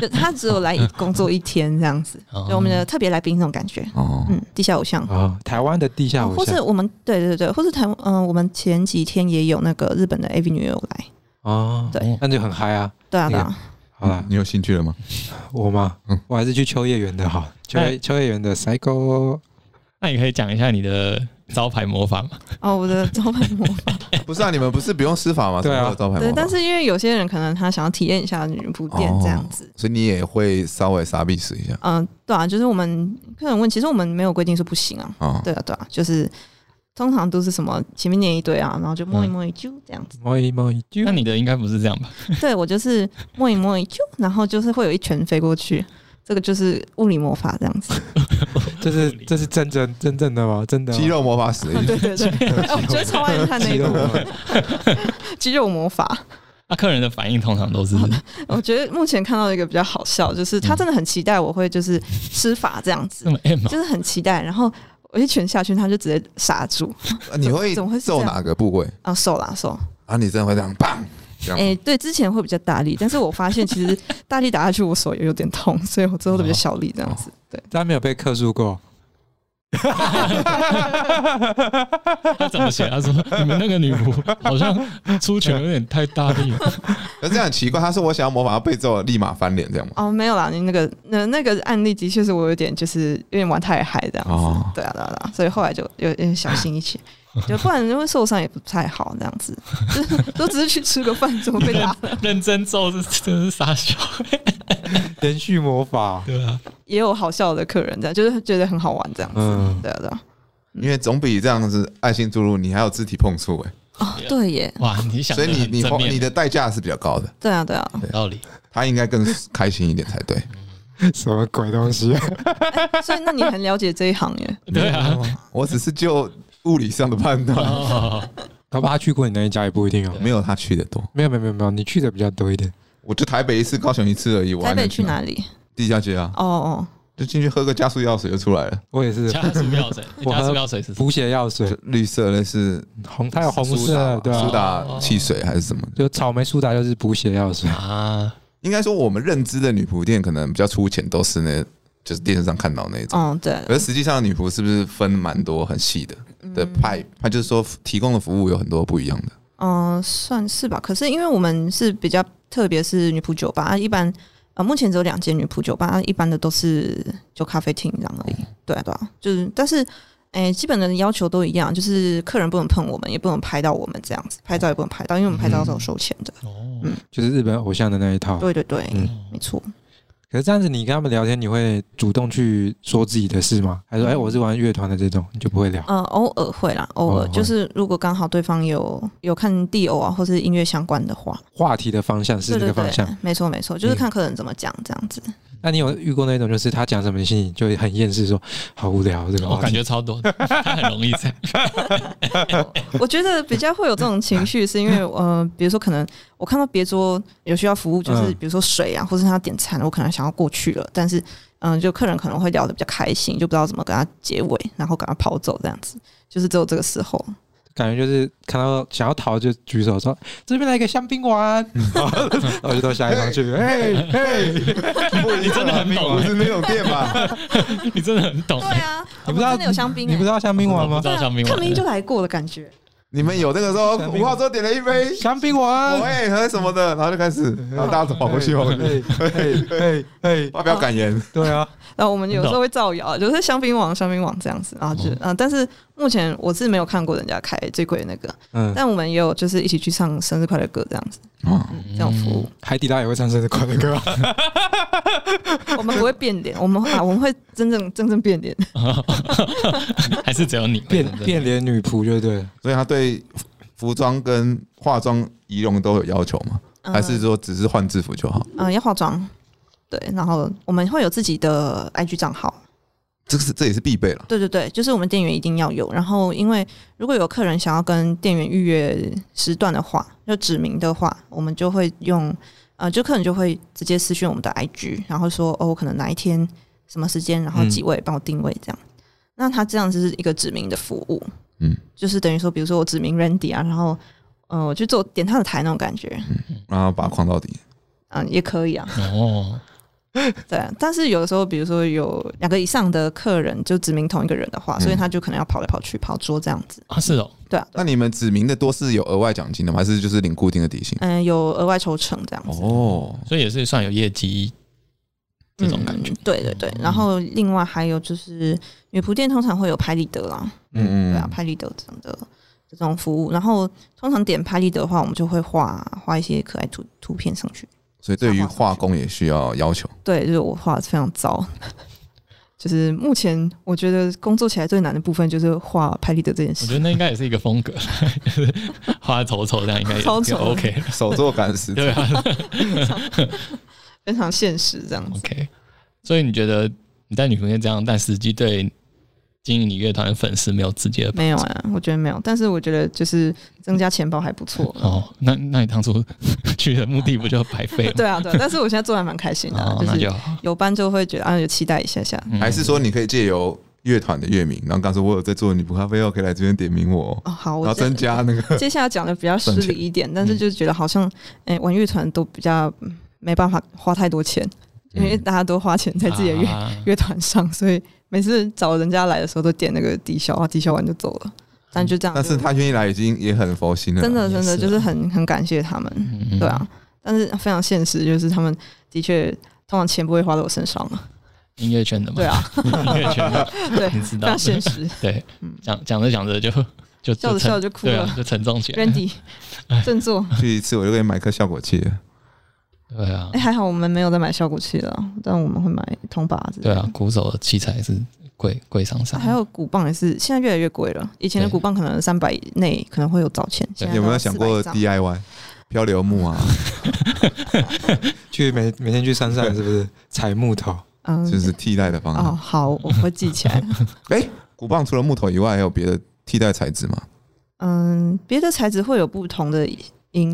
D: 就他只有来工作一天这样子，
B: 哦
D: 就我们的特别来宾那种感觉。
C: 哦，
D: 嗯，地下偶像，
E: 啊，台湾的地下
D: 哦或
E: 偶像
D: 是我们对对对，或是台湾，嗯、我们前几天也有那个日本的 AV 女友来，
E: 哦，
D: 对
E: 那就很嗨啊。
D: 对啊
E: 那
D: 对
E: 个
D: 啊，
E: 好啦，
C: 你有兴趣了吗？
E: 我嘛
C: 嗯，
E: 我还是去秋叶原的
D: 哎
E: 好，秋叶秋叶原的 Psycho
B: 那你可以讲一下你的招牌魔法吗？
D: 哦，我的招牌 模仿，
C: 不是啊，你们不是不用施法吗？
E: 对啊
C: 什么招牌魔法
D: 对，但是因为有些人可能他想要体验一下女仆店这样子，
C: 所以你也会稍微傻逼死一下
E: 哦
D: 嗯、对啊，就是我们客人问，其实我们没有规定说不行啊，
E: 哦
C: 啊。
D: 对啊，对啊，就是通常都是什么前面念一堆啊，然后就摸一摸一啾这样子。
E: 摸一摸一啾
D: 嗯
B: 那，你的应该不是这样吧？
E: 嗯
D: 对我就是摸一摸一啾，然后就是会有一拳飞过去，这个就是物理魔法这样 子。
E: 这是这是真正真正的吗？真的吗
C: 肌肉魔法石，
D: 对 对对， 我觉得超爱看那
E: 肌
D: 一
E: 肉
D: 部
E: 吗？
D: 肌肉魔法。
B: 那啊客人的反应通常都是
D: 哦我觉得目前看到一个比较好笑，就是他真的很期待我会就是施法这样子
C: 嗯
B: 那，么 M
D: 就是很期待，然后。我一拳下去，他就直接刹住
C: 啊 你会
D: 怎么会是这
C: 揍
D: 样
C: 哪个部位
D: 啊！手啦手，
C: 啊？你真的会这样棒？这样
D: 哎、对，之前会比较大力，但是我发现其实大力打下去，我手也有点痛，所以我最后都比较小力这样子。对，
E: 但没有被克数过。
B: 他怎么写？他说你们那个女仆好像出拳有点太大力了，
C: 可是这样很奇怪，他说我想要模仿，他被揍了立马翻脸这样吗？
D: 哦，没有啦，你那个那那个案例的确是我有点就是有点玩太嗨这样子，
C: 哦
D: 对啊对啊对啊，所以后来就有有点小心一 些，就不然就会受伤也不太好这样子， 就是都只是去吃个饭，怎么被打了？
B: 认真揍是真是傻笑，
E: 连续魔法，
B: 对啊，
D: 也有好笑的客人这样，就是觉得很好玩这样子，
E: 嗯
D: 对啊对啊，
C: 因为总比这样子爱心注入，你还有肢体碰触哎、
D: 哦对耶，
B: 哇，你想
C: 所
B: 得
C: 以你
B: 很
C: 你
B: 正
C: 花
B: 面
C: 你的代价是比较高的，
D: 对啊对啊，
B: 有道理，
C: 他应该更开心一点才对。
E: 什么鬼东西？啊
D: 所以那你很了解这一行耶，
B: 对啊，
C: 我只是就物理上的判断，
B: 哦，
E: 搞 不好他去过你那一家也不一定哦。
C: 没有他去的多。
E: 没有没有没有没有，你去的比较多一点。
C: 我就台北一次，高雄一次而已。我还
D: 台北
C: 能
D: 去
C: 哪？
D: 哪里？
C: 地下街啊，
D: 哦哦，
C: 就进去喝个加速药水就出来了，
E: 我也是
B: 加速药水，
E: 我
B: 加速药水是什么
E: 补血药水，
C: 绿色类似
E: 红它有红
C: 苏打
E: 色，
C: 吧
E: 对啊
C: 苏
E: 吧？
C: 打汽水还是什么的。
E: 就草莓苏打就是补血药水。
B: 啊？
C: 应该说我们认知的女仆店可能比较粗浅，都是那就是电视上看到那种。
D: 哦对，
C: 可是实际上女仆是不是分蛮多很细的的派？它就是说提供的服务有很多不一样的。
D: 嗯、算是吧。可是因为我们是比较特别是女仆酒吧，啊一般呃目前只有两间女仆酒吧，啊一般的都是就咖啡厅这样而已。对啊，对啊，就是但是。哎、基本的要求都一样，就是客人不能碰我们，也不能拍到我们这样子，拍照也不能拍到，因为我们拍照是有收钱的。
B: 哦，
E: 就是日本偶像的那一套。
D: 对对对，
E: 嗯
D: 没错。
E: 可是这样子，你跟他们聊天，你会主动去说自己的事吗？还是说，哎、我是玩乐团的这种，你就不会聊？
D: 呃，偶尔会啦，偶
E: 偶尔
D: 尔
E: 会
D: 就是如果刚好对方有有看地偶啊，或是音乐相关的话，
E: 话题的方向是
D: 对
E: 这
D: 对
E: 个方向。
D: 对，没错没错，就是
E: 嗯
D: 看客人怎么讲这样子。
E: 那你有遇过那种，就是他讲什么，你心里就会很厌世说好无聊这个
B: 我
E: 话
B: 感
E: 题。
B: 觉超多的，他很容易这样。
D: 我觉得比较会有这种情 绪，是因为呃，比如说可能我看到别桌有需要服务，就是
E: 嗯
D: 比如说水啊，或是他点餐，我可能想要过去了，但是嗯、呃就客人可能会聊得比较开心，就不知道怎么跟他结尾，然后赶快跑走这样子，就是只有这个时候。
E: 感觉就是看到想要逃就举手说这边来一个香槟 丸，然后然后就到下一方 去。哎、
C: 嘿，
B: 你真的很懂
C: 不，是那种店吧？
B: 你真的很懂。
D: 对啊，
E: 你不知道
D: 我们真的有香槟、欸，
E: 你不知道香槟丸
B: 我
E: 吗
B: 不知？道香槟
D: 看明
B: 玩
D: 明就来过的感觉。
C: 你们有那个时候
E: 神秘
C: 五号桌点了一杯
E: 香槟丸。
C: 喂，喝什么的，然后就开 始，然后大家跑过去跑过去，
E: 哎 哎哎哎，
C: 发表感言。
E: 对啊，
D: 然后我们有时候会造谣，就是香槟王、香槟王这样子，然后就嗯、呃但是目前我是没有看过人家开最贵的那个，
E: 嗯，
D: 但我们也有就是一起去唱生日快乐歌这样子，
C: 哦
D: 嗯，这种服务，
E: 海底捞也会唱生日快乐歌 啊，
D: 我们不会变脸，我们啊我们会真正真正变脸，
B: 还是只有你
E: 变变脸女仆就对了。
C: 所以他对服装跟化妆仪容都有要求吗？
D: 嗯
C: 还是说只是换制服就好？
D: 嗯、要化妆，对，然后我们会有自己的 IG 账号，
C: 这个是这也是必备了。
D: 对对对，就是我们店员一定要有，然后因为如果有客人想要跟店员预约时段的话，就指明的话，我们就会用呃，就客人就会直接私讯我们的 IG，然后说哦，我可能哪一天什么时间，然后几位帮我定位这样。那他这样子是一个指明的服务，
C: 嗯
D: 就是等于说，比如说我指明 Randy 啊，然后呃，我去做点他的台那种感觉，
C: 然后把它框到底。
D: 嗯、也可以啊，
B: 哦，
D: 对啊。但是有的时候，比如说有两个以上的客人就指明同一个人的话，所以他就可能要跑来跑去、跑桌这样子，
B: 啊是哦，
D: 对啊。
C: 那你们指明的多是有额外奖金的吗？还是就是领固定的底薪？
D: 嗯，有额外抽成这样子，
C: 哦，
B: 所以也是算有业绩这种感觉
D: 嗯。对对对，然后另外还有就是女仆店通常会有拍立得啦，
C: 嗯
D: 对啊，拍立得这样的这种服务，然后通常点拍立得的话，我们就会画画一些可爱图图片上去。
C: 所以对于画工也需要 要求。
D: 对，就是我画的非常糟， 就是目前我觉得工作起来最难的部分就是画拍立得这件
B: 我
D: 事
B: 觉。得那应该也是一个风格，花丑丑这样应该也
D: 超
B: 就
D: 丑
B: OK 了。
C: 手作感是
B: 对啊
D: 非常现实这样子。
B: ，OK。所以你觉得你在女仆店这样，但实际对经营你乐团的粉丝没有直接的
D: 没有啊，我觉得没有，但是我觉得就是增加钱包还不错。
B: 哦？那那你当初去的目的不就白费了？
D: 对啊，对啊，但是我现在做得还蛮开心的啊、
B: 哦，
D: 就
B: 那
D: 是
B: 就好。
D: 有班就会觉得啊，有期待一下下。
B: 嗯
C: 还是说你可以借由乐团的乐名，然后刚说我有在做女仆咖啡哦，可以来这边点名我哦，
D: 哦，好，
C: 然
D: 我
C: 后
D: 接
C: 增加那 个。
D: 接下来讲的比较失礼一点，但是
B: 嗯
D: 就觉得好像，哎、玩乐团都比较嗯没办法花太多钱，因为
C: 嗯
D: 大家都花钱在自己的乐、
B: 啊
D: 乐团上，所以每次找人家来的时候都点那个低消啊，低消完就走了。但就这
B: 嗯
D: 样，
C: 但是他愿意来已经也很佛心了，
D: 真的
B: 也
D: 真的
B: 是啊
D: 就是很很感谢他们，
B: 嗯
D: 对啊。但是非常现实，就是他们的确通常钱不会花到我身上嘛，
B: 音乐圈的嘛，
D: 对啊，
B: 音乐圈的，
D: 对，
B: 你嗯知
D: 非
B: 道
D: 常
B: 的，
D: 现实。
B: 对
D: 嗯，
B: 讲讲着讲着就 就就
D: 笑着
B: 沉
D: 笑着就哭
B: 对啊哎
D: 了，
B: 就沉重起来。
D: Randy，振作，
C: 去一次我就可以买颗效果器了。
B: 对啊
D: 哎、，还好我们没有在买效果器了，但我们会买铜把子。
B: 对啊，鼓手的器材是贵贵上上，
D: 还有鼓棒也是，现在越来越贵了。以前的
B: 对
D: 鼓棒可能三百内可能会有找钱，现在
C: 有没
D: 都
C: 有
D: 啊要
C: 想过
D: 400张
C: DIY 漂流木啊？
E: 去每每天去山上是不是采木头？
D: 嗯，
C: 就是替代的方
D: 哦，
C: 案。
D: 好，我会记起来。
C: 哎，鼓棒除了木头以外，还有别的替代材质吗？
D: 嗯，别的材质会有不同的音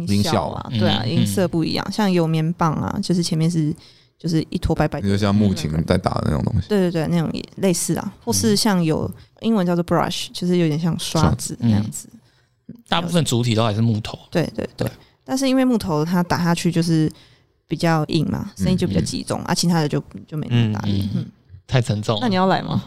C: 音
D: 效
C: 效
D: 啊，
B: 嗯
D: 对啊，
B: 嗯
D: 音色不一样。像有棉棒啊，就是前面是就是一坨白白
C: 你
D: 的，
C: 就像木琴啊嗯在打的那种东西。
D: 对对对，那种也类似啊，或是像有英文叫做 brush，就是有点像刷
C: 刷
D: 子那样子。
B: 大部分主体都还是木头，
D: 对对对
B: 对。
D: 但是因为木头它打下去就是比较硬嘛，声音就比较
C: 嗯嗯
D: 集中啊，其他的就就没那么大
B: 嗯。
D: 力
B: 嗯
D: 嗯，
B: 太沉重了。
D: 那你要来吗？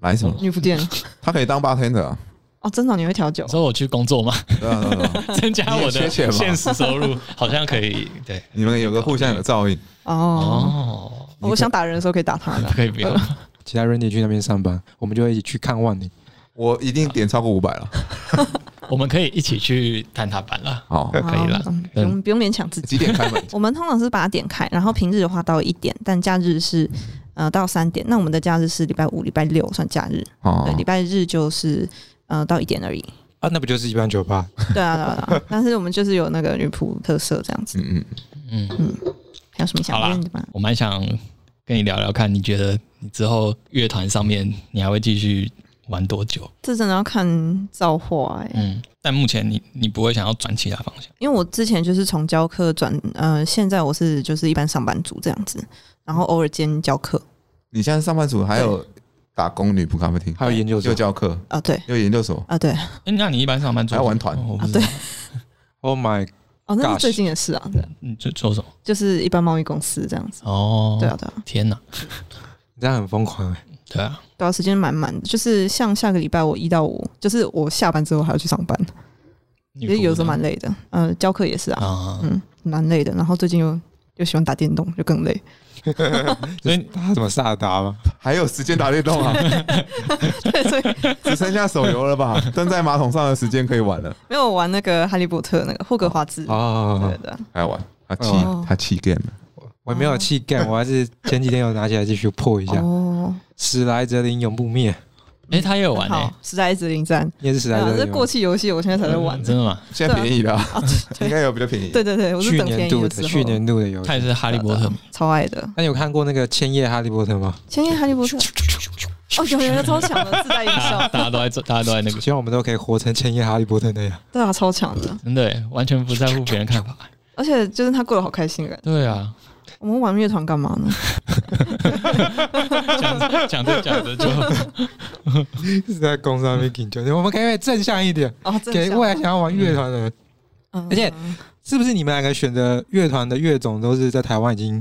C: 来什么？
D: 女仆店
C: 他可以当 bartender 啊。
D: 哦，真的哦你会调酒
B: 你说我去工作嘛，
C: 对啊对啊对 啊
B: 增加我
C: 你也缺
B: 的
C: 钱吗
B: 现实收 入，好像可以。对，
C: 你们有个互相有照应。
D: 哦。
B: 哦，
D: 我想打人的时候可以打他的，
B: 可以不用。
E: 其他 Randy 去那边上班，我们就会一起去看万宁。
C: 我一定点超过五百了。
B: 我们可以一起去探他班了。
C: 哦，
B: 可以啦
D: 好嗯不用不用勉强自己。
C: 几点开
D: ？
C: 门
D: 我们通常是八点开，然后平日的话到一点，但假日是呃到三点。那我们的假日是礼拜五、礼拜六算假日，
C: 哦
D: 对，礼拜日就是呃到一点而已。
E: 啊，那不就是一般酒吧？
D: 对啊，对啊，对啊但是我们就是有那个女仆特色这样子。
C: 嗯嗯，
B: 嗯，
D: 还有什么想
B: 好啦
D: 问的吗？
B: 我蛮想跟你聊聊看，你觉得你之后乐团上面你还会继续玩多久？
D: 这真的要看造化哎、
B: 嗯，但目前你你不会想要转其他方向，
D: 因为我之前就是从教课转，呃，现在我是就是一般上班族这样子，然后偶尔兼教课
C: 你现在上班族还有打工女仆咖啡厅，
E: 还有研究
C: 又
E: 所，
C: 教课，
D: 啊，对
C: 又研究所，
D: 啊，对
B: 诶那你一般上班族
C: 还要玩团
B: 哦我不
D: 啊，
B: 知
D: 对
B: 道，
E: Oh my，
D: 哦，那
E: Gosh
D: 是最近的事啊，对，
B: 你做做什么？
D: 就是一般贸易公司这样子，
B: 哦，
D: 对啊，，对啊，
B: 天哪，
E: 你这样很疯狂哎！
B: 对啊，
D: 对啊，时间满满的，就是像下个礼拜我一到五，就是我下班之后还要去上班，
B: 你
D: 其实有时候蛮累的，呃，教课也是啊，
B: 啊，
D: 嗯，蛮累的，然后最近又又喜欢打电动，就更累，
E: 所以他怎么萨达吗？
C: 还有时间打 电动啊，
D: 对，所以
C: 只剩下手游了吧？蹲在马桶上的时间可以玩了，
D: 没有我玩那个哈利波特那个霍格华兹，
E: 哦
D: 对，啊的，
C: 还玩。他弃
D: 哦
C: 他弃 game 了，
E: 我没有气干，我还是前几天有拿起来继续破一下。
D: 哦，
E: 史莱哲林永不灭，
B: 诶，他也有玩欸
D: 很
B: 诶
D: 好，，时代之灵战。
E: 你也是史莱
D: 啊
E: 哲，
D: 这
E: 林
D: 过
E: 吗。
D: 期游戏，我现在才在玩
B: 嗯。真的吗？
C: 现在便宜了啊，
D: 啊，对
C: 应该有比较便宜。
D: 对对对，我是
E: 去
D: 等
E: 年
D: 便宜
E: 度
D: 的
E: 的
D: 时候，
E: 去年度的游
B: 他
E: 戏。
B: 也是哈利波特 吗，
D: 超爱的。
E: 那你有看过那个《千叶哈利波特》吗？
D: 千叶哈利波特，哦，有有有超强的自带音
B: 大家
D: 效，
B: 大家都在做，大家都在那个，
E: 希望我们都可以活成千叶哈利波特那样。
D: 对啊，超强的。
B: 真的诶完全不在乎别人看法。
D: 而且就是他过得好开心的感觉。
B: 对啊，
D: 我们玩乐团干嘛呢？
B: 讲讲着讲着 就
E: 一直在工商面研究，我们可不可以正向一点，
D: 哦，真的
E: 给
D: 是
E: 未来想要玩乐团的人。
D: 嗯
E: 而且是不是你们两个选的乐团的乐种都是在台湾已经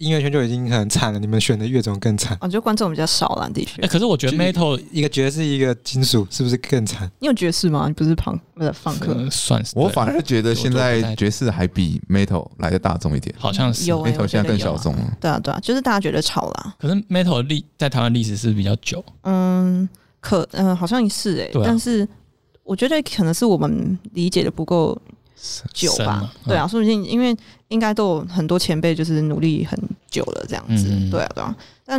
E: 音乐圈就已经很惨了，你们选的乐种更惨？
D: 啊，就观众比较少啦，的确
B: 诶。哎可是我觉得 metal
E: 一个爵士，一个金属，是不是更惨？
D: 你有爵士吗？你不是朋不是放克？
B: 呃算是
C: 我
B: 对
C: 反而觉得现在爵士还比 metal 来的大众一点
B: 好像是
D: 有欸
C: ，metal 现在更小众了。
D: 对啊，对啊，就是大家觉得吵啦。
B: 可是 metal 的历在台湾历史是比较久，
D: 嗯，可嗯，好像是哎
B: 对啊，
D: 但是我觉得可能是我们理解的不够久
B: 深嗯
D: 吧
B: 嘛，
D: 对，啊，说不定因为应该都有很多前辈就是努力很久了这样子，
B: 嗯嗯
D: 对啊对啊。但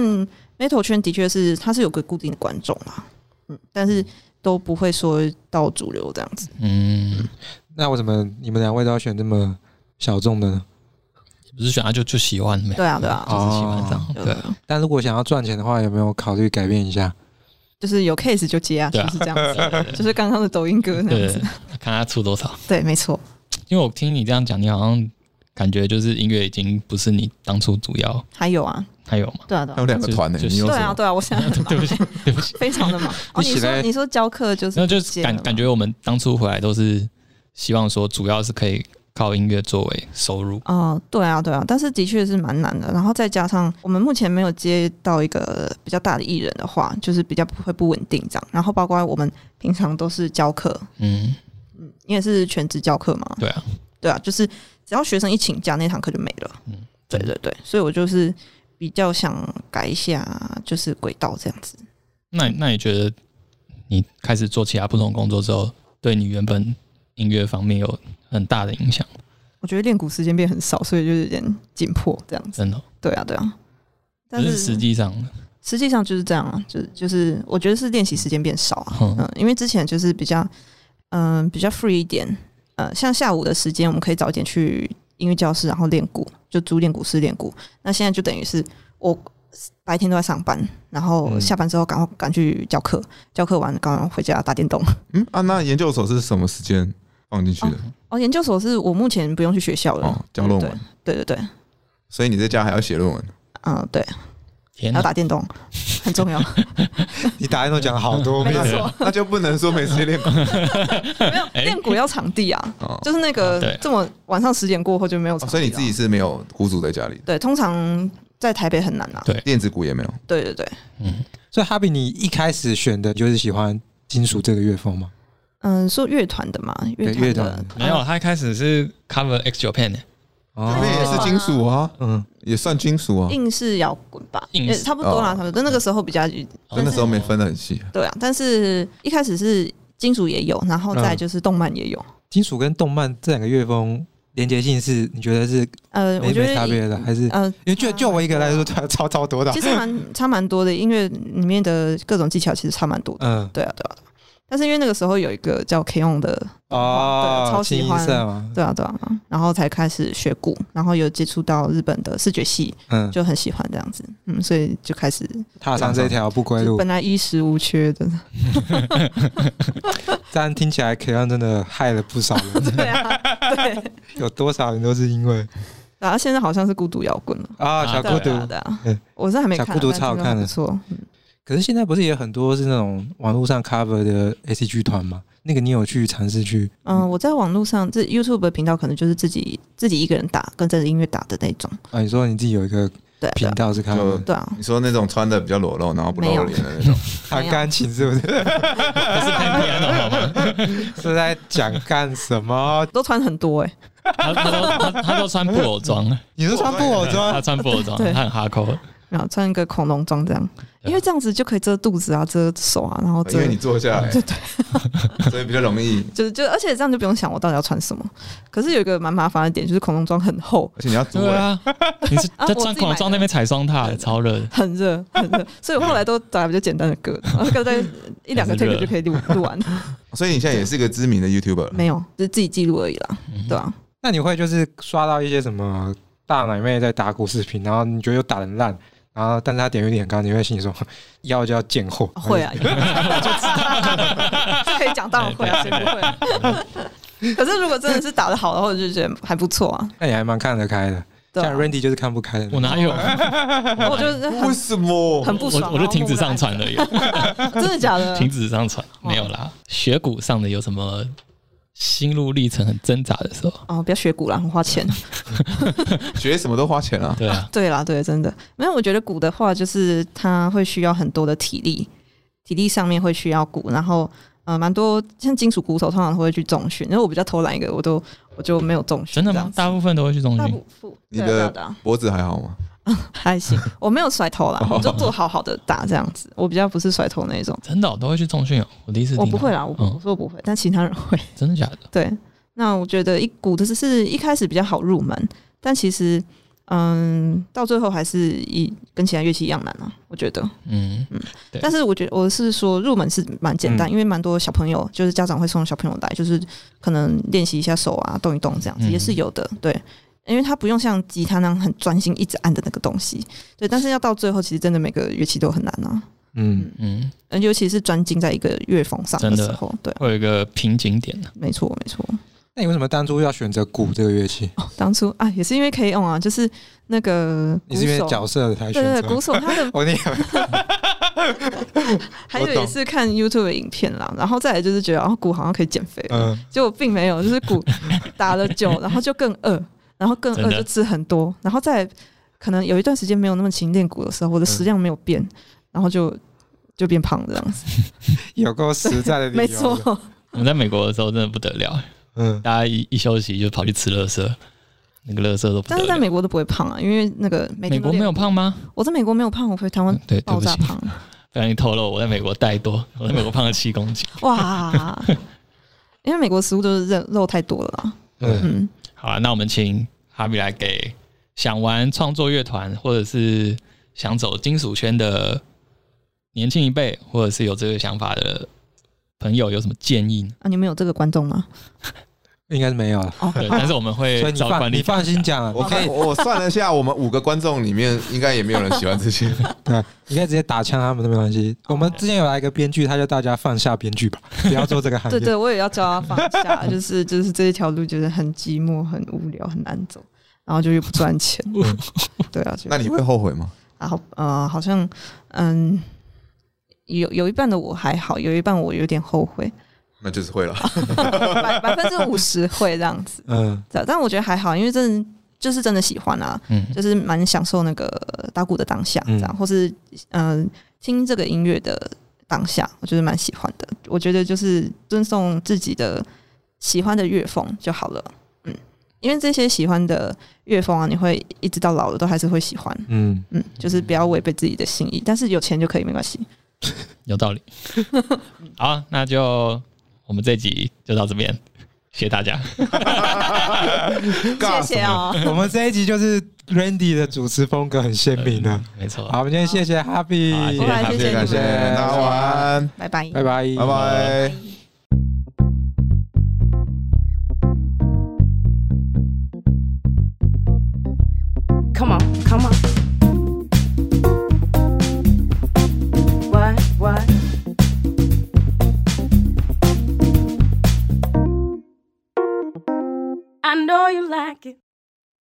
D: metal 圈的确是它是有个固定的观众啊，嗯，但是都不会说到主流这样子。
B: 嗯，嗯
E: 那为什么你们两位都要选这么小众的呢？
B: 不是选他就就喜欢没有，
D: 对啊对啊
B: 就是喜欢这样，
D: 对
B: 哦对
D: 啊，
E: 但如果想要赚钱的话，有没有考虑改变一下？
D: 就是有 case 就接啊，
B: 对
D: 就
B: 啊
D: 是这样子，就是刚刚的抖音歌那样
B: 对
D: 子，，
B: 看他出多少。
D: 对，没错，
B: 因为我听你这样讲，你好像感觉就是音乐已经不是你当初主要，
D: 还有啊，
B: 还有 吗？
D: 对啊对
C: 还
D: 啊
C: 有，两个团呢，
B: 就
C: 你
B: 有
C: 有
D: 对
C: 什
D: 啊
C: 么？
D: 对啊，我现在很 忙
B: 对不起，对不起，
D: 非常 的忙。哦，
E: 一
D: 你
E: 起来
D: 说你说教课就是
B: 那就
D: 不接
B: 是
D: 了
B: 感
D: 吗
B: 感觉我们当初回来都是希望说，主要是可以靠音乐作为收入。
D: 哦，对啊，对啊，但是的确是蛮难的。然后再加上我们目前没有接到一个比较大的艺人的话，就是比较不会不稳定这样。然后包括我们平常都是教课，
B: 嗯，
D: 你也是全职教课嘛？
B: 对啊，
D: 对啊，就是只要学生一请假，那堂课就没了。
B: 嗯
D: 对对对，所以我就是比较想改一下，就是轨道这样子。
B: 那你那你觉得你开始做其他不同工作之后，对你原本音乐方面有很大的影响？
D: 我觉得练鼓时间变很少，所以就有点紧迫这样子。
B: 真的哦，
D: 对啊，对啊。
B: 可
D: 但
B: 是
D: 是
B: 实际上，
D: 实际上就是这样啊，就就是我觉得是练习时间变少啊，
B: 嗯
D: 嗯、因为之前就是比较嗯、比较 free 一点，呃，像下午的时间我们可以早一点去音乐教室，然后练鼓，就租练鼓室练鼓。那现在就等于是我白天都在上班，然后
E: 嗯
D: 下班之后赶快赶去教课，教课完赶快回家打电动。
C: 嗯啊，那研究所是什么时间放进去的？
D: 哦，研究所是我目前不用去学校了，
C: 哦，教论
D: 对
C: 文，
D: 对对对，
C: 所以你在家还要写论文。
D: 嗯、对，
B: 天
D: 还
B: 哪，
D: 要打电动很重 要，
E: 你打电动讲了好 多
D: 没
E: 遍，
D: 错，
C: 那就不能说没时间 练功。
D: 没有练鼓要场地啊，
C: 哦
D: 就是那
B: 啊
D: 个
B: 哎对
D: 这么晚上十点过后就没有、
C: 哦所以你自己是没有孤独在家里，
D: 对，通常在台北很难啊。
B: 对
C: 电子鼓也没有。
D: 对对对，
B: 嗯，
E: 所以哈比，你一开始选的就是喜欢金属这个乐风吗？
D: 嗯，说乐团的嘛，乐
E: 乐
D: 团
E: 团
D: 的
B: 没有，他一开始是 cover X Japan 的，
C: 那边也
D: 哦
C: 是金属啊，
E: 嗯，
C: 也算金属啊。
D: 硬式摇滚吧，
B: 硬
D: 也
B: 式
D: 差不多啦，
C: 哦
D: 差不多。那个时候比较
C: 就哦那时候没分得很细。
D: 对啊，但是一开始是金属也有，然后再
E: 嗯
D: 就是动漫也有，
E: 金属跟动漫这两个乐风连接性是你觉得是
D: 呃，我
E: 没
D: 觉
E: 没差
D: 得
E: 别的，还是因
D: 呃，
E: 为就就我一个来说，差超超多的
D: 其，实蛮差蛮多的，音乐里面的各种技巧其实差蛮多的。
E: 嗯
D: 对啊，对啊。对啊但是因为那个时候有一个叫 K on 的，
E: 哦
D: 对，超喜
E: 清一
D: 欢
E: 色嘛，
D: 对啊，对啊，然后才开始学鼓，然后有接触到日本的视觉系，
E: 嗯，
D: 就很喜欢这样子，嗯，所以就开始
E: 踏上这条不归
D: 就
E: 路
D: 本。来衣食无 缺的，
E: 但听起来 K 让真的害了不少 人，
D: 对啊，对，
E: 有多少人都是因为
D: 然后现在好像是孤独摇滚了，
E: 啊小
D: 对啊
E: 孤
D: 对
E: 独
D: 啊，对啊
E: 嗯
D: 我是还没
E: 小
D: 看啊，
E: 孤独
D: 但
E: 超好
D: 听说
E: 看的
D: 不错，嗯
E: 可是现在不是也有很多是那种网络上 cover 的 A C G 团吗？那个你有去尝试去？
D: 嗯，我在网络上这 YouTube 的频道可能就是自己自己一个人打跟着音乐打的那种，
E: 啊，你说你自己有一个
D: 对啊对
E: 频
D: 啊
E: 道是 cover
C: 就
D: 对啊，
C: 你说那种穿的比较裸露，然后不露脸的那种，
E: 弹钢琴是不 是？
B: 不是弹 piano 好吗？
E: 是在讲干什么？
D: 都穿很多哎，
B: 他他都他他都穿布偶装，
E: 你是穿布偶
B: 他
E: 装？
B: 穿布偶装，
D: 对
B: 他很哈扣。
D: 然后穿一个恐龙装这样，
E: 啊
D: 因为这样子就可以遮肚子啊，遮手啊，然后
C: 因
D: 遮
C: 为你坐下来，
D: 对对，
C: 所以比较容易，
D: 就是就而且这样就不用想我到底要穿什么。可是有一个蛮麻烦的点，就是恐龙装很厚，
C: 而且你要租
B: 对
C: 哎，
B: 啊，你是
D: 啊
B: 在
D: 我自
B: 穿
D: 己
B: 恐龙
D: 买
B: 装
D: 的
B: 那边踩双踏的，超热的。
D: 很热很热，所以我后来都打比较简单的歌，然后大概一两个 take 就可 以录录完。
C: 所以你现在也是一个知名的 YouTuber，
D: 没有，就是自己记录而已啦，对啊。
E: 那你会就是刷到一些什么大奶妹在打鼓视频，然后你觉得又打得很烂，然后但是她点阅率很高，你会心里说要就要贱货？
D: 会啊，就知道， 这可以讲当然会啊，谁不会啊？可是如果真的是打得好的话，我就觉得还不错啊。
E: 那你还蛮看得开的。
D: 对啊
E: 像 Randy 就是看不开的
B: 我，哪有？
D: 我就是
C: 为
D: 很
C: 什么？
D: 很不爽，啊
B: 我我就停止上传
D: 了，
B: 而已，啊
D: 真的假的？
B: 停止上传
D: 哦
B: 没有啦。学鼓上的有什么心路历程很挣扎的时候？
D: 哦，不要学鼓啦，很花钱。
C: 学什么都花钱啊，
B: 对啊，
D: 对啦，对，真的。没有，我觉得鼓的话，就是它会需要很多的体力，体力上面会需要鼓，然后呃，蛮多像金属鼓手通常会去重训，因为我比较偷懒一个，我都我就没有重训。
B: 真的
D: 这
B: 吗
D: 样？子
B: 大部分都会去中
D: 大
B: 心
D: 部分
C: 你
D: 对啊对啊
C: 的
D: 对啊
C: 脖子还好吗？
D: 还行，我没有甩头 啦，我就做好好的打这样子，我比较不是甩头那一种。
B: 真的哦、都会去重训哦。我第一次听，
D: 我不会，啦，我不
B: 嗯
D: 我说我不会，但其他人会。
B: 真的假的？
D: 对，那我觉得一股的是一开始比较好入门，但其实嗯，到最后还是一跟其他乐器一样难啊，我觉得。
B: 嗯，对嗯
D: 但是我觉得我是说入门是蛮简单，因为蛮多小朋友就是家长会送小朋友来，就是可能练习一下手啊，动一动这样子、
B: 嗯
D: 也是有的，对。因为它不用像吉他那样很专心一直按的那个东西，对，但是要到最后，其实真的每个乐器都很难啊，
E: 嗯，
B: 嗯，
D: 呃尤其是专精在一个乐风上的
B: 真的
D: 时候，对，
B: 会有一个瓶颈点啊呢、
D: 没错，没错。
E: 那你为什么当初要选择鼓这个乐器？
D: 哦，当初啊，也是因为 K on 啊，就是那个
E: 你是因为
D: 鼓手
E: 角色才
D: 对
E: 选
D: 对
E: 择哦
D: 对，鼓手他的
E: 我那
D: 还 有
E: 我懂
D: 也是看 YouTube 的影片啦，然后再来就是觉得哦，鼓好像可以减肥，
E: 嗯，
D: 结果并没有，就是鼓打了久，然后就更 饿，然后更
B: 真
D: 饿
B: 的
D: 就吃很多，然后再可能有一段时间没有那么勤练鼓的时候，我的
E: 嗯
D: 食量没有变，然后就就变胖了这 样子，
E: 有够实在的理由，
D: 没错，，
B: 我们在美国的时候真的不得了，
E: 嗯，
B: 大家一一休息就跑去吃垃圾，那个垃圾都不得
D: 但是在
B: 了。
D: 美国都不会胖啊，因为那个每
B: 美
D: 天
B: 国
D: 都
B: 没
D: 练
B: 有，胖吗？
D: 我在美国没有胖，我回台湾
B: 嗯对，对
D: 爆
B: 不
D: 炸
B: 起，
D: 胖，
B: 不小心透露我在美国怠惰，我在美国胖了七公斤。
D: 哇，因为美国食物都是肉肉太多了啦，
E: 嗯
D: 嗯。
B: 好啊，那我们请哈比来给想玩创作乐团，或者是想走金属圈的年轻一辈，或者是有这个想法的朋友，有什么建议呢？
D: 啊，你们有这个观众吗？
E: 应该是没有了。
D: 哦，
B: 对，但是我们会
E: 所以你
B: 照惯
E: 放你
B: 例，
E: 放心讲，啊
C: 我
E: 你可
C: 看
E: 以
C: 我算了一下，我们五个观众里面应该也没有人喜 欢这些。
E: 对，你可以直接打枪他啊们都没关系。我们之前有来一个编剧，他叫大家放下编剧吧， 不要做这个行
D: 对
E: 业。
D: 对，我也要教他放下，就是就是这一条路就是很寂寞、很无聊、很难走，然后就又不赚钱。对啊，就
C: 那你会后悔吗？
D: 然后呃，好像嗯，有有一半的我还好，有一半我有点后 悔，
C: 那就是会了。
D: 百百分之五十会这样子。
E: 嗯，
D: 对啊但我觉得还好，因为真的就是真的喜欢啊，
B: 嗯，
D: 就是蛮享受那个打鼓的当下，这
E: 嗯
D: 样，或是嗯、呃听这个音乐的当下，我觉得蛮喜欢的。我觉得就是尊重自己的喜欢的乐风就好了，嗯，因为这些喜欢的乐风啊，你会一直到老了都还是会喜欢，
E: 嗯，
D: 嗯，就是不要违背自己的心意，但是有钱就可以没关系。
B: 有道理。好啊，那就我们这集就到这边，谢谢大家。
C: 尬
D: 谢谢哦，
E: 我们这一集就是 Randy 的主持风格很鲜明 的。
B: 嗯没错，
E: 好，我们今天谢谢
B: 好
E: Happy，
B: 谢谢
D: 好谢谢
C: 感谢，
D: 你们
C: 大家晚安，
D: 拜拜。
E: 拜拜，
C: 拜拜。
A: Come on, come on. What, what? I know you like it.